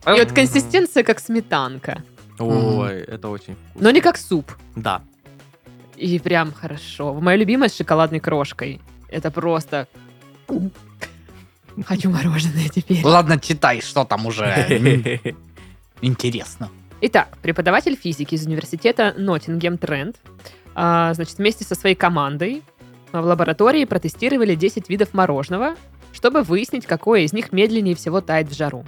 И вот консистенция как сметанка,
Ой, это очень вкусно.
но не как суп. *laughs*
Да. *laughs*
И прям хорошо. Мое любимое с шоколадной крошкой. Это просто... Хочу мороженое теперь.
Ладно, читай, что там уже *laughs* м, интересно.
Итак, преподаватель физики из университета Ноттингем Тренд, а, значит, вместе со своей командой а, в лаборатории протестировали 10 видов мороженого, чтобы выяснить, какое из них медленнее всего тает в жару.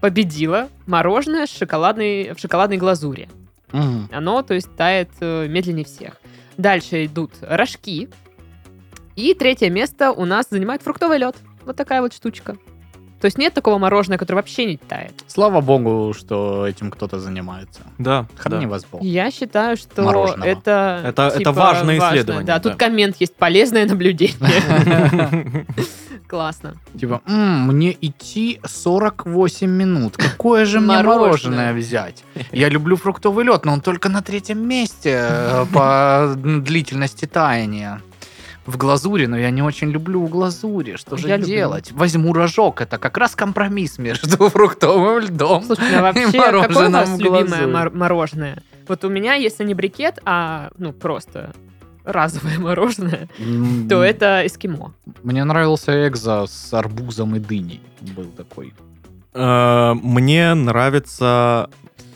победила мороженое с шоколадной, в шоколадной глазури.
Мгм.
Оно, то есть, тает э, медленнее всех. Дальше идут рожки. И третье место у нас занимает фруктовый лед. Вот такая вот штучка. То есть нет такого мороженого, которое вообще не тает.
Слава богу, что этим кто-то занимается.
Да,
Храни вас бог.
Я считаю, что
Мороженого.
это...
Это- это
типа,
важное
важно.
исследование,
Да, тут
да.
коммент есть. Полезное
*laughs*
наблюдение.
да.
Классно.
Типа, «М, мне идти 48 минут. Какое же мне
Мороженое.
мороженое взять? Я люблю фруктовый лед, но он только на третьем месте э, по длительности таяния. В глазури, но я не очень люблю глазури. Что же
Я люблю.
делать? Возьму рожок. Это как раз компромисс между *laughs* фруктовым льдом.
Слушай, а
И
вообще, какое у
мороженом
вас
в
любимое
глазурь.
мор- мороженое? Вот у меня, если не брикет, а ну просто разовое *laughs* мороженое, то это эскимо.
Мне нравился экзо с арбузом и дыней. Был такой.
*laughs* Э, Мне нравится...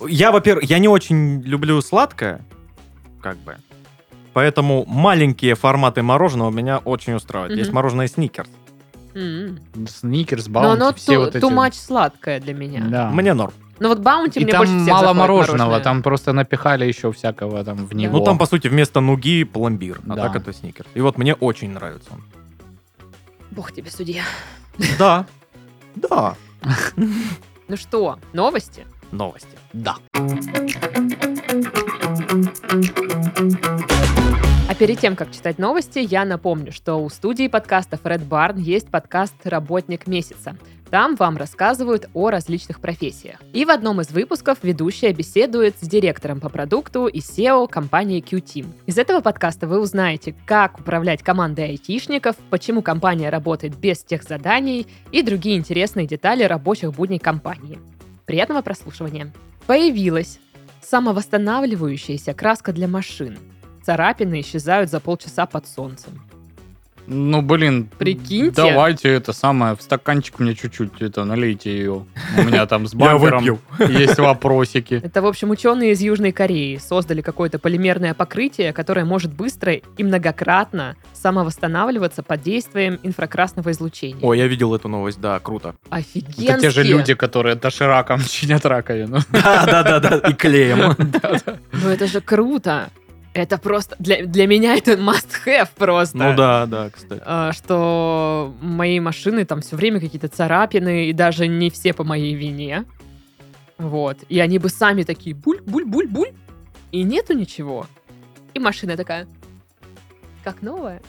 Я, во-первых, я не очень люблю сладкое, как бы. Поэтому маленькие форматы мороженого меня очень устраивают.
Мгм.
Есть мороженое сникерс.
М.
Сникерс,
М-м. Но
баунти,
оно
все
ту-
вот эти...
too much сладкое для меня.
Да.
Мне норм.
Но вот баунти
И
мне
там
больше всех
мало
заходит
мороженого,
мороженое.
там просто напихали еще всякого там в него.
Ну, там, по сути, вместо нуги пломбир, а
Да.
так это сникерс. И вот мне очень нравится
*laughs*
он.
Бог тебе судья.
Да. Да.
Ну что, новости?
Новости.
Да.
А перед тем, как читать новости, я напомню, что у студии подкастов Red Barn есть подкаст «Работник месяца». Там вам рассказывают о различных профессиях. И в одном из выпусков ведущая беседует с директором по продукту и SEO компании Q-Team. Из этого подкаста вы узнаете, как управлять командой айтишников, почему компания работает без тех заданий и другие интересные детали рабочих будней компании. Приятного прослушивания. Появилась самовосстанавливающаяся краска для машин. Царапины исчезают за полчаса под солнцем.
Ну, блин.
Прикиньте.
Давайте это самое, в стаканчик мне чуть-чуть это, налейте ее. У меня там *laughs* с бампером есть вопросики.
Это, в общем, ученые из Южной Кореи создали какое-то полимерное покрытие, которое может быстро и многократно самовосстанавливаться под действием инфракрасного излучения.
О, я видел эту новость, да, *laughs* круто.
Офигенски.
Это те же люди, которые дошираком *laughs* чинят раковину.
Да-да-да, и клеем.
Ну это же круто. Это просто... Для, для меня это must-have просто.
Ну да, да,
*laughs*
кстати.
А, Что мои машины там все время какие-то царапины, и даже не все по моей вине. Вот. И они бы сами такие буль-буль-буль-буль, и нету ничего. И машина такая, как новая.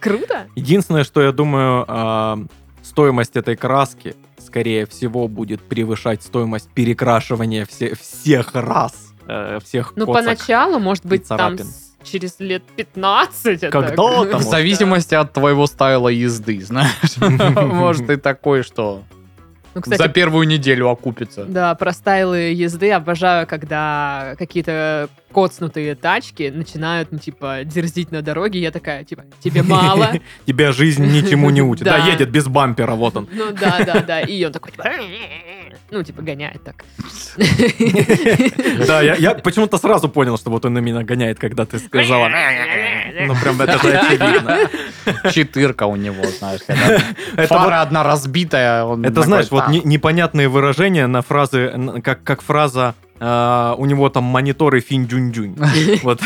Круто!
Единственное, что я думаю, а, стоимость этой краски, скорее всего, будет превышать стоимость перекрашивания все- всех раз, э, всех
Ну,
коцок.
поначалу, может быть, там
царапин.
с- через лет 15 это-
Когда там?
В зависимости от твоего стайла езды, *laughs* знаешь. Может, и такой, что
Ну,
за
кстати,
первую
*laughs*
неделю окупится.
да, про стайлы езды обожаю, когда какие-то коцнутые тачки начинают, ну, типа, дерзить на дороге. Я такая, типа, тебе мало.
*laughs* Тебя жизнь ничему не учит. Да,
Да.
едет без бампера, вот он.
Ну, да, да, да. И он такой, типа, ну, типа, гоняет
*laughs*
так.
Да, я, я почему-то сразу понял, что вот он именно гоняет, когда ты
*laughs*
сказала. Ну, прям это же очевидно.
Четырка у него, *laughs* знаешь, когда
Это вот-
фара одна разбитая. он
Это
такой,
знаешь, вот
«Так,
не- непонятные выражения на фразы, н- как, как фраза э, у него там
*laughs*
мониторы финь-дюнь-дюнь. Вот.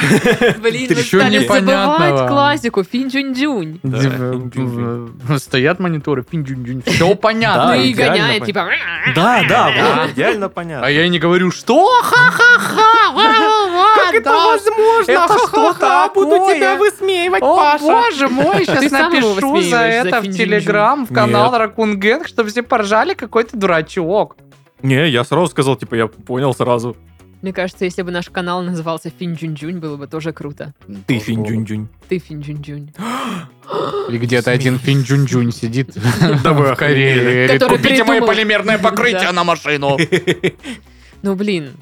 Блин,
Ты
вы
чё
стали
непонятного?
забывать классику. Финь-джунь-джунь.
Да,
Див-
пинь-дюнь-дюнь.
Стоят мониторы, пинь-дюнь-дюнь, все
Ну
Да,
понятно.
и
идеально
гоняет,
пон-
типа...
Да, да,
Да.
вот, идеально
А
понятно.
я и не говорю, что ха-ха-ха,
А
ва-ва-ва, да,
возможно?
это что
Я
такое?
высмеивать,
О, боже мой, сейчас
Ты сам его
напишу
высмеиваешь
за
за
это в
финь-дюнь-дюнь.
Телеграм, в канал
Нет.
Ракун Гэнг, чтобы все поржали, какой-то дурачок.
Не, я сразу сказал, типа, я понял сразу.
Мне кажется, если бы наш канал назывался Финь-Джунь-Джунь, было бы тоже круто.
Ты финь-дюнь-дюнь.
Ты Финь-Джунь-Джунь.
И где-то один финь-джунь-джунь сидит *laughs*
Да вы
в Корее.
охренели.
и говорит,
Который
Купите мое
придумал».
полимерное покрытие
Да.
на машину.
Ну, блин,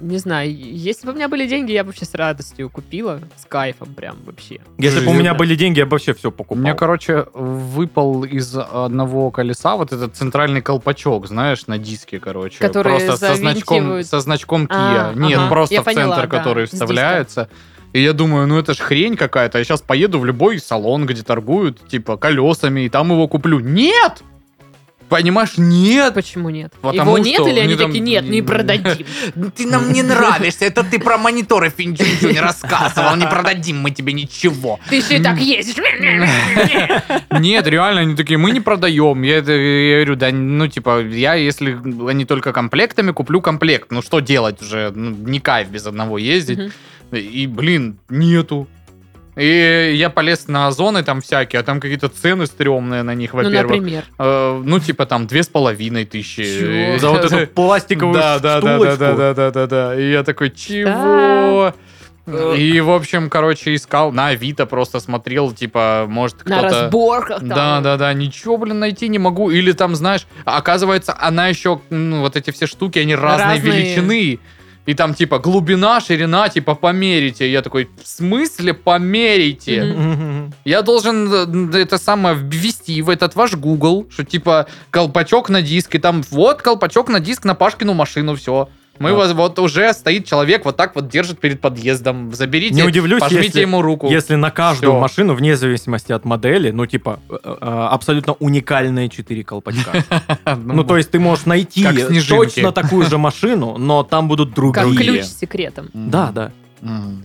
не знаю, если бы у меня были деньги, я бы вообще с радостью купила, с кайфом прям вообще.
Если бы у меня были деньги, я бы вообще все
У меня,
покупал.
короче, выпал из одного колеса вот этот центральный колпачок, знаешь, на диске, короче.
Которые
просто со значком,
завинчивают.
со значком Kia.
А,
Нет,
ага.
просто
Я
в
поняла,
центр,
да,
который
с
вставляется. И я думаю, ну это ж хрень какая-то. Я сейчас поеду в любой салон, где торгуют, типа, колесами, и там его куплю. Нет! Понимаешь, нет.
Почему нет?
Потому
Его нет
что
или они
они там-
такие, нет, не продадим.
ну Ты нам не нравишься, это ты про мониторы Финчунчу не рассказывал, не продадим мы тебе ничего.
Ты еще и так ездишь.
Нет, реально, они такие, мы не продаем. Я, это- я говорю, да, ну, типа, я, если они только комплектами, куплю комплект. Ну, что делать уже? Ну, не кайф без одного ездить. И, блин, нету. И я полез на озоны там всякие, а там какие-то цены стрёмные на них,
Ну,
во-первых.
например.
Э, Ну, типа, там, две с половиной тысячи.
Чё?
За
*laughs*
вот
*laughs*
эту пластиковую
Да, да, да, да,
штулочку.
да, да, да, да, да. И я такой, чего? И, в общем, короче, искал на Авито, просто смотрел, типа, может,
На *laughs*
кто-то...
разборках. там.
Да, да, да, ничего, блин, найти не могу. Или там, знаешь, оказывается, она еще, ну, вот эти все штуки, они разной
Разные.
величины. И там, типа, глубина, ширина, типа, померите. И Я такой, в смысле померите?
Мгм.
Мгм.
Я должен э, это самое ввести в этот ваш Google, что типа колпачок на диск, и там вот колпачок на диск на Пашкину машину, все. Мы
Да.
вас- вот уже стоит человек, вот так вот держит перед подъездом. Заберите,
Не удивлюсь,
пожмите
если-
ему руку. *laughs*
Если на каждую
Всё.
машину, вне зависимости от модели, ну, типа, э, э, абсолютно уникальные четыре
*laughs*
колпачка. Ну, то есть ты можешь найти
Как снежинки.
точно такую же машину, но там будут
Как
другие.
ключ с секретом.
Да, да,
Мгм.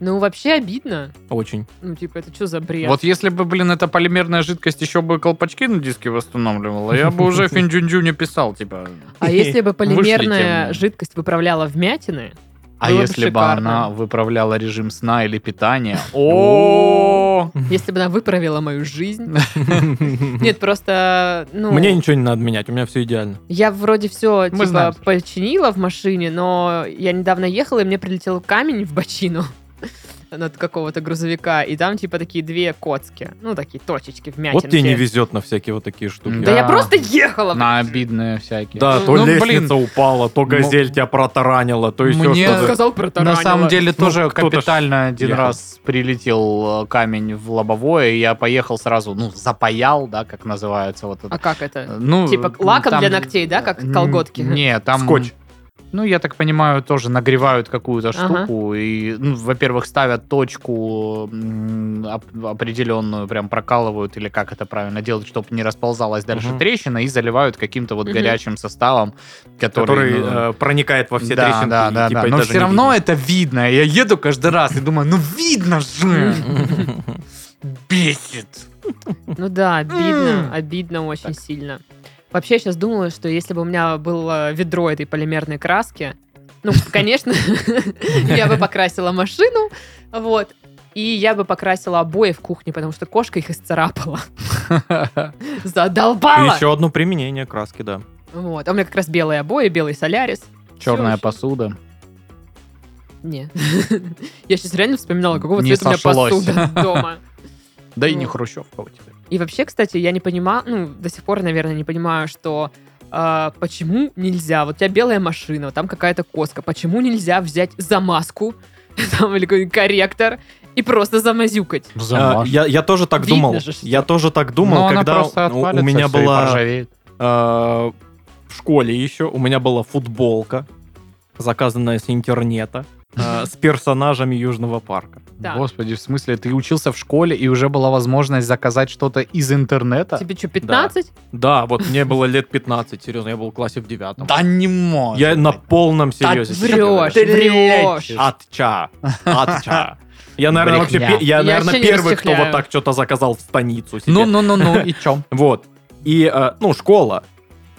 Ну, вообще обидно.
*laughs*
очень.
Ну, типа, это что за бред?
Вот если бы, блин, эта полимерная жидкость еще бы колпачки на диске восстанавливала, я бы уже финджунджу не писал, типа.
А если
*laughs*
бы полимерная
тему.
жидкость выправляла вмятины,
А
Было бы
если бы
шикарно.
она выправляла режим сна или питания? Ну, О,
если бы она выправила мою жизнь...
Мне
Нет, просто, ну...
ничего не надо менять, у меня все идеально.
Я вроде все типа
знаем.
починила в машине, но я недавно ехала, и мне прилетел камень в бочину *laughs* от какого-то грузовика, и там типа такие две коцки, ну такие точечки, вмятинки.
Вот тебе не везет на всякие вот такие штуки.
Да я
Да.
просто ехала.
на обидные всякие.
Да, то
Ну, блин. Ну.
лестница упала, то газель тебя протаранила, то еще
Мне-
Я
что-то.
сказал про
На самом деле
Ну,
тоже
кто-то ж
капитально один
ехал.
раз прилетел э, камень в лобовое, и я поехал сразу, ну, запаял, да, как называется вот
А
это.
как это?
Ну,
типа лаком
там-
для ногтей, да, как
Н-
колготки?
Не, там...
Скотч.
Ну, я так понимаю, тоже нагревают какую-то
Ага.
штуку, и, ну, во-первых, ставят точку м, оп- определенную, прям прокалывают, или как это правильно делать, чтобы не расползалась дальше
Мгм.
трещина, и заливают каким-то вот
Мгм.
горячим составом, который...
который
ну,
э, проникает во все
да,
трещинки.
Да,
и,
да,
типа,
да.
и
Но
даже
все
не
равно
видно.
это видно. Я еду каждый раз и думаю, ну видно же.
*laughs*
Бесит.
Ну да, обидно,
М.
обидно очень сильно. Вообще, я сейчас думала, что если бы у меня было ведро этой полимерной краски, ну, *laughs* конечно, я бы покрасила машину, вот, и я бы покрасила обои в кухне, потому что кошка их
*laughs*
исцарапала.
И
Задолбала!
еще одно применение краски, да.
Вот. А у меня как раз белые обои, белый солярис.
Черная
Всё,
посуда.
Не. *laughs* Я сейчас реально вспоминала, какого
Не
цвета у меня
сошлось.
посуда дома.
Да и не
Ну.
хрущевка у тебя.
И вообще, кстати, я не понимаю, ну, до сих пор, наверное, не понимаю, что а, почему нельзя, вот у тебя белая машина, там какая-то коска, почему нельзя взять замазку, *laughs* там, или какой-нибудь корректор, и просто замазюкать?
А, Я я тоже так
Видно
думал.
же, что-
Я тоже так думал, когда у- у меня была э, в школе еще у меня была футболка, заказанная с интернета, э, с персонажами Южного парка.
Да.
Господи, в смысле, ты учился в школе и уже была возможность заказать что-то из интернета?
Тебе что, 15?
Да, вот мне было лет 15, серьезно, я был в классе в девятом.
не может.
Я на полном серьезе.
Да
тебе говорю.
врешь, врешь.
А. Отча.
*laughs*
Отча. Я, наверное, вообще,
Брехня.
пе- я,
Я
наверное,
вообще не
первый, кто вот
расчехляю.
так что-то заказал в станицу
Ну,
себе.
Ну-ну-ну-ну, и чё?
Вот. И, э, ну, школа.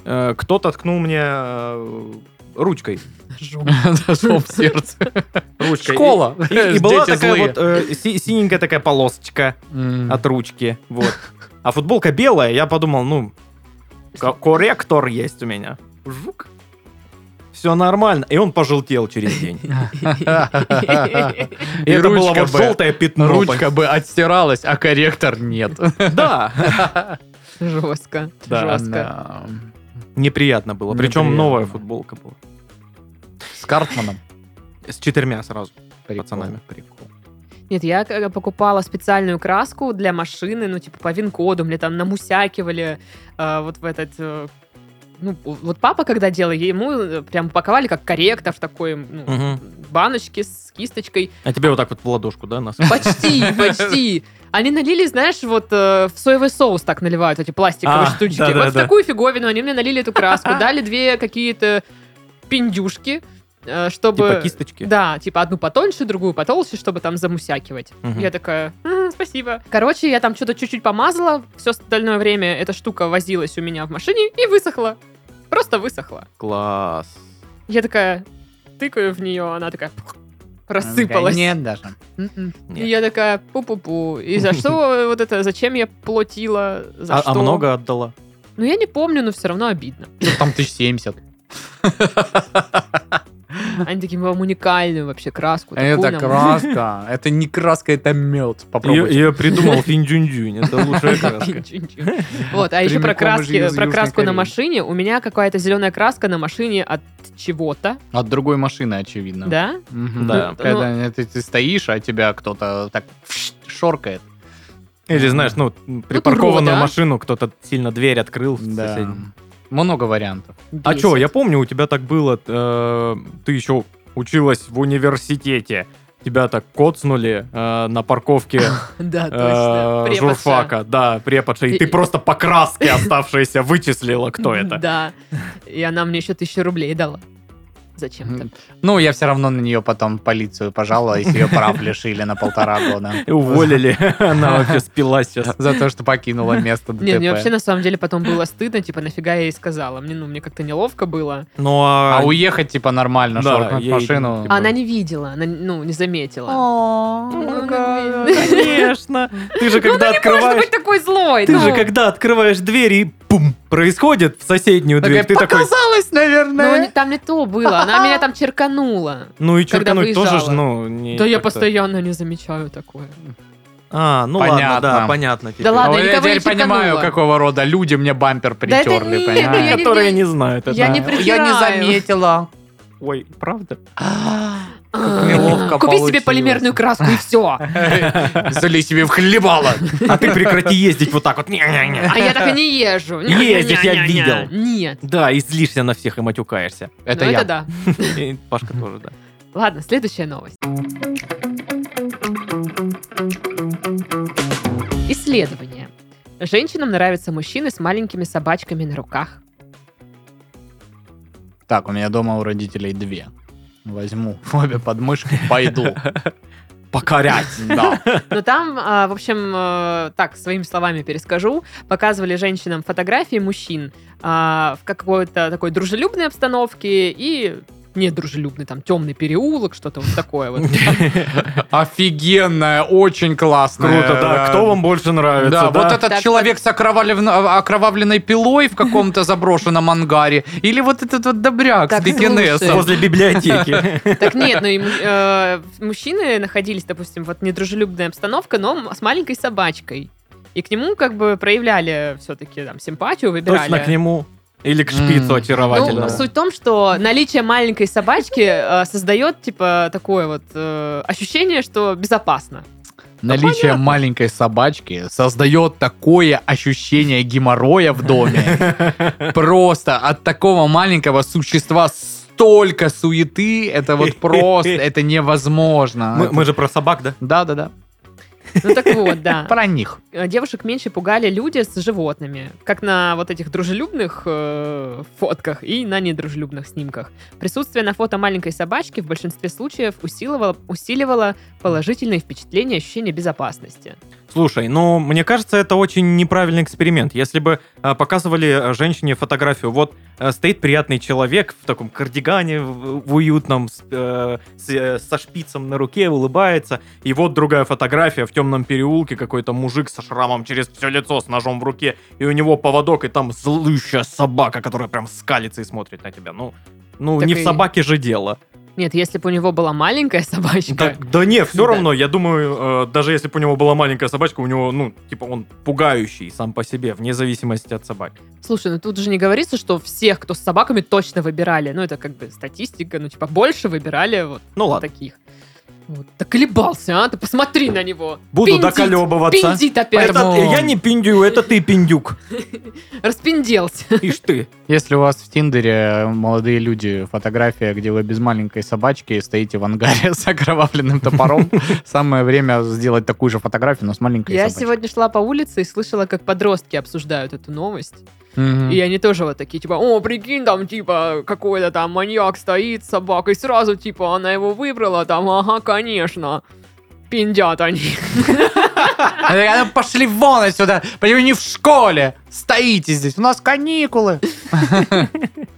Э, кто-то ткнул мне э, ручкой.
Жу.
Зашел в сердце.
Ручкой. *laughs*
Школа.
И, и была
Дети
такая
злые.
вот э, си- синенькая такая полосочка
М. *laughs*
*laughs* от ручки. Вот. А футболка белая, я подумал, ну, ко- корректор есть у меня. Жук. Все нормально. И он пожелтел через день. И
И
это было
ручка
вот
Б.
желтое пятно. *laughs*
Ручка бы отстиралась, а корректор нет.
Да.
Жестко,
*laughs* Да.
жестко.
Да.
Неприятно было. Причем
Неприятно.
новая футболка была.
С Картманом.
С четырьмя сразу.
Прикол,
Пацанами.
Прикол.
Нет, я э, покупала специальную краску а, для машины, ну, типа, по ВИН-коду. Мне там намусякивали э, вот в этот э, ну, вот папа, когда делал, ему э, прям упаковали как корректор в такой ну,
Мгм.
баночке с
*laughs*
кисточкой.
А тебе вот так вот в ладошку, да, нас?
Почти, почти. Они налили, знаешь, вот э, в соевый соус так наливают эти пластиковые
А,
штучки.
да-да-да.
вот в такую фиговину они мне налили эту
*laughs*
краску, дали две какие-то пиндюшки, э, чтобы...
Типа кисточки.
Да, типа одну потоньше, другую потолще, чтобы там замусякивать.
Мгм.
Я такая, «М, спасибо. Короче, я там что-то чуть-чуть помазала, все остальное время эта штука возилась у меня в машине и высохла. Просто высохла.
Класс.
Я такая, тыкаю в нее, она такая *laughs* пух, рассыпалась.
Нет даже.
М-м.
Нет.
И я такая, пу-пу-пу. И за
*laughs*
что вот это, зачем я платила? За
А-
что?
а много отдала?
Ну, я не помню, но все равно обидно.
Там 1070.
Они такие, мы вам уникальную вообще
А
краску. такую
Это
нам». *laughs*
краска. *laughs* Это не краска, это мед.
Ее,
Попробуйте.
*laughs* придумал Финдюндюнь, это *laughs* лучшая краска.
Чин-чин-чин. Вот, а еще
Прямиком
про
уже
краски,
из
про
Южной
краску на
Кореи.
машине. У меня какая-то зеленая краска на машине от чего-то,
От другой машины, очевидно.
да?
Мгм.
Да.
Ну,
Когда ты, ты стоишь, а тебя кто-то так шоркает.
Или, знаешь, ну, припаркованную
урода, а?
машину кто-то сильно дверь открыл. в
Да.
соседнем.
Много вариантов.
А
Бесит.
чё, я помню, у тебя так было, э, ты еще училась в университете. Тебя так коцнули э,
*laughs*
на парковке
Да, точно.
э,
преподша.
журфака, да, преподша, и
И-
ты просто по краске оставшейся вычислила, кто это.
Да. И она мне еще тысячу рублей дала. Зачем-то.
Ну, я все равно на нее потом полицию пожаловалась, ее прав лишили на полтора года.
И Уволили, *laughs* она вообще спилась сейчас.
За то, что
*laughs*
покинула место ДТП.
Нет, мне ну, вообще на самом деле потом было стыдно, типа, нафига я ей сказала. Мне, ну, мне как-то неловко было.
Ну,
А уехать, типа, нормально,
Да,
шоркнуть
ей-
машину.
А она не видела, она, ну, не заметила.
Ну,
какая,
Конечно. Ты же когда
Может
открываешь...
быть, такой злой.
Ты
ну.
же когда открываешь дверь и пум, происходит в соседнюю
Такая,
дверь, ты такой,
показалось,
Ну, не-
наверное.
там не то было, она меня там черканула.
ну и
когда
черкануть тоже ж,
выезжала.
ну, не...
Да я
как-то-
постоянно не замечаю такое.
А, ну ладно,
Понятно.
да, понятно. теперь.
Да
А
Ну, ладно,
вот
я
я
никого не
теперь понимаю,
чеканула.
какого рода люди мне бампер
Да это
притерли,
не-
понимаешь?
Ну, я не-
А, Которые не знают. это-
Я не притираю.
заметила.
Ой, правда?
Как неловко
А, Купи себе
получилось.
полимерную краску и А все.
Залей себе в хлебало.
Ну,
А ты прекрати ездить вот так вот. Не-не-не.
А я так и не езжу.
Ездишь, я
Не-не-не-не.
видел.
Нет.
Да, и злишься на всех и матюкаешься.
Ну,
Это я.
Это да.
И Пашка тоже, да.
Ладно, следующая новость. Исследование. Женщинам нравятся мужчины с маленькими собачками на руках.
Так, у меня дома у родителей две. Возьму в обе подмышки, пойду.
Покорять.
Да.
Но там, а, в общем, э, так, своими словами перескажу, показывали женщинам фотографии мужчин а, в какой-то такой дружелюбной обстановке и недружелюбный, там, темный переулок, что-то вот такое
*laughs*
вот.
Офигенная, очень классная.
Круто, да. Кто вам больше нравится?
Да, вот этот
Так,
человек с окровавлен- окровавленной пилой в каком-то заброшенном ангаре. Или вот этот вот добряк
Так,
с бикинесом.
слушай.
Возле библиотеки.
Так нет, ну и му- э, мужчины находились, допустим, вот недружелюбная обстановка, но м- с маленькой собачкой. И к нему как бы проявляли все-таки там симпатию, выбирали.
Точно к нему. Или к шпицу
М.
Ну,
очаровательному.
суть в том, что наличие маленькой собачки э, создает, типа, такое вот э, ощущение, что безопасно.
Наличие
понятно.
маленькой собачки создает такое ощущение геморроя в
*laughs*
доме. Просто от такого маленького существа столько суеты, это
*laughs*
вот просто, это
Мы,
невозможно.
мы же про собак, да?
Да-да-да,
Ну так вот, да.
про них.
Э, Девушек меньше пугали люди с животными, как на вот этих дружелюбных э, фотках и на недружелюбных снимках. Присутствие на фото маленькой собачки в большинстве случаев усиливало, усиливало положительные впечатления и ощущение безопасности.
Слушай, ну, мне кажется, это очень неправильный эксперимент. Если бы э, показывали э, женщине фотографию, вот э, стоит приятный человек в таком кардигане, в, в уютном, с, э, с, э, со шпицем на руке, улыбается, и вот другая фотография в темном переулке, какой-то мужик со шрамом через все лицо, с ножом в руке, и у него поводок, и там злющая собака, которая прям скалится и смотрит на тебя. Ну, ну
Так и-
не в собаке же дело.
Нет, если бы у него была маленькая *laughs* собачка,
Да, Типа, да не, все
Да.
равно, я думаю, э, даже если бы у него была маленькая собачка, у него, ну, типа, он пугающий сам по себе, вне зависимости от собаки.
слушай, ну тут же не говорится, что всех, кто с собаками, точно выбирали. Ну это как бы статистика, ну типа больше выбирали вот
Ну ладно.
таких. Вот, доколебался, а? Ты посмотри на него.
Буду
Пиндит,
доколебываться.
Пиндит опять.
Это,
Поэтому-
я не пиндю, это ты пиндюк.
Распинделся.
Ишь ты.
Если у вас в Тиндере, молодые люди, фотография, где вы без маленькой собачки и стоите в ангаре *laughs* с окровавленным
*laughs*
топором, самое время сделать такую же фотографию, но с маленькой
Я
собачкой.
сегодня шла по улице и слышала, как подростки обсуждают эту новость.
Мгм.
И они тоже вот такие, типа, о, прикинь, там, типа, какой-то там маньяк стоит с собакой, сразу, типа, она его выбрала, там, ага, конечно. Пиндят они.
Она такая, «Ну, Пошли вон отсюда! Почему не в школе? Стоите здесь! У нас каникулы!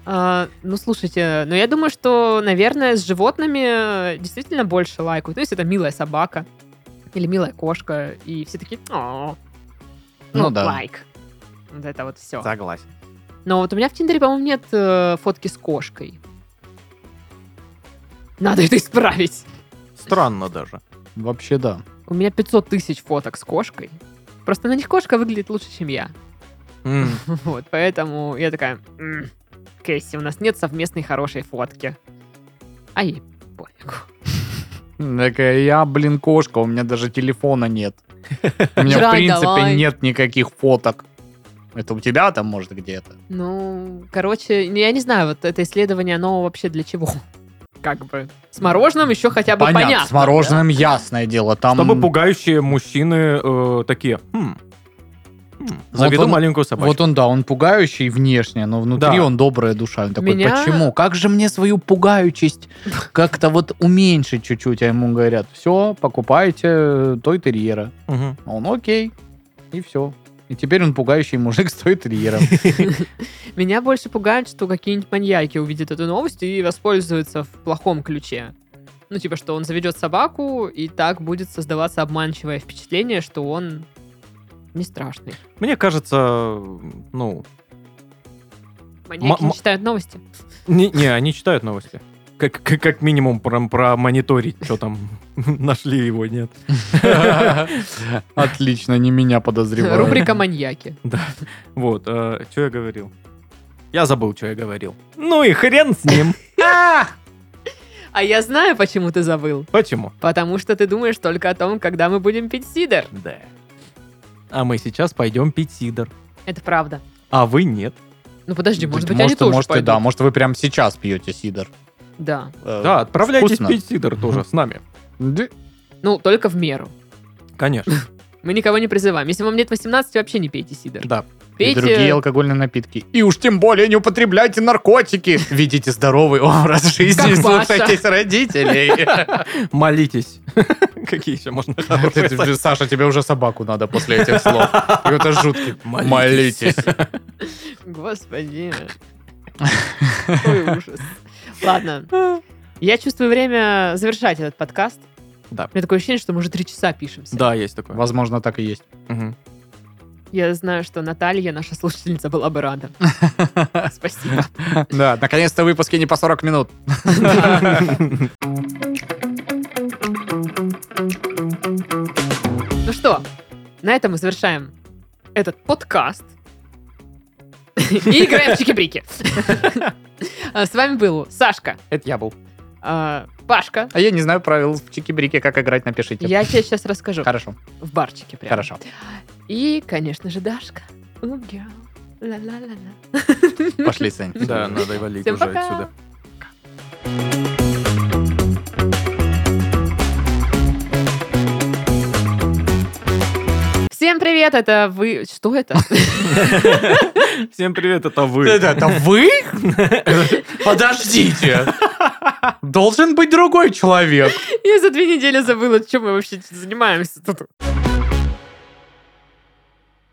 А, ну, слушайте, ну, я думаю, что, наверное, с животными э, действительно больше лайкают. Ну, если это милая собака или милая кошка, и все такие, «О,
Ну да.
лайк. Вот это вот все.
Согласен.
Но вот у меня в Тиндере, по-моему, нет э, фотки с кошкой. Надо это исправить.
Странно даже.
Вообще да.
У меня 500 тысяч фоток с кошкой. Просто на них кошка выглядит лучше, чем я. *laughs*
М.
Вот, поэтому я такая... «М, Кэсси, у нас нет совместной хорошей фотки. А ей пофигу.
Такая, я, блин, кошка, у меня даже телефона нет. У меня, в
Жрать
принципе,
давай.
нет никаких фоток. Это у тебя там, может, где-то?
Ну, короче, не- я не знаю, вот это исследование, оно вообще для чего? *laughs* Как бы. С мороженым еще хотя бы понятно.
С мороженым ясное дело. Там...
Чтобы пугающие мужчины э, такие, «Хм, хм,
Вот
заведу
он-
маленькую собачку.
Вот он, да, он пугающий внешне, но внутри
Да.
он добрая душа. Он такой,
Меня-
почему? Как же мне свою пугаючесть как-то вот уменьшить чуть-чуть? А ему говорят, все, покупайте той терьера.
Мгм.
А он, окей, и все. И теперь он пугающий мужик с той *laughs* терьером.
Меня больше пугает, что какие-нибудь маньяки увидят эту новость и воспользуются в плохом ключе. Ну, типа, что он заведет собаку, и так будет создаваться обманчивое впечатление, что он не страшный.
Мне кажется, ну,
Маньяки
М-
не
м-
читают новости.
не, не, они читают новости. Как, как, как минимум про, мониторить, что там *laughs* нашли его, нет. *laughs*
Отлично, не меня подозревают.
Рубрика «Маньяки».
Вот, что я говорил? Я забыл, что я говорил. Ну и хрен с ним.
А я знаю, почему ты забыл.
Почему?
Потому что ты думаешь только о том, когда мы будем пить сидр.
Да. А мы сейчас пойдем пить сидр.
Это правда.
А вы нет.
Ну, подожди, может быть, они
может,
тоже
может, и
пойдут.
да, может, вы прямо сейчас пьете сидор.
Да.
Да, отправляйтесь
Э, вкусно.
пить сидр тоже с нами.
Ну, только в меру.
Конечно.
Мы никого не призываем. Если вам нет 18, вообще не пейте сидр.
Да.
И
Пейте...
другие алкогольные напитки. И уж тем более не употребляйте *laughs* наркотики. Ведите здоровый образ жизни,
Как Паша.
слушайтесь *laughs* родителей.
Молитесь. *laughs* Какие еще можно
Ты-
хорошие
ты- Саша, тебе уже собаку надо после этих *laughs* слов. Это жуткий. Молитесь.
Молитесь. *laughs*
Господи. Какой ужас. Ладно. Я чувствую время завершать этот подкаст.
Да.
У меня такое ощущение, что мы уже три часа пишемся.
Да, есть такое.
Возможно, так и есть.
Мгм.
Я знаю, что Наталья, наша слушательница, была бы
*laughs*
рада. Спасибо.
*laughs* Да, наконец-то выпуски не по 40 минут.
Ну что, на этом мы завершаем этот подкаст. И играем в
*laughs*
чики-брики. А, С вами был Сашка,
Это я был.
а, Пашка.
А я не знаю правил в чики-брике, как играть, напишите.
Я тебе сейчас расскажу.
Хорошо,
В барчике прям.
хорошо.
И, конечно же, Дашка. Ooh, girl. Ла-ла-ла-ла.
Пошли, *laughs* Сань.
Да, надо и валить
Всем
уже
пока.
отсюда.
Всем привет, это вы... Что *laughs* это?
Всем привет, это вы.
Это, это *laughs* вы? Подождите. Должен быть другой человек.
Я за две недели забыла, чем мы вообще занимаемся тут.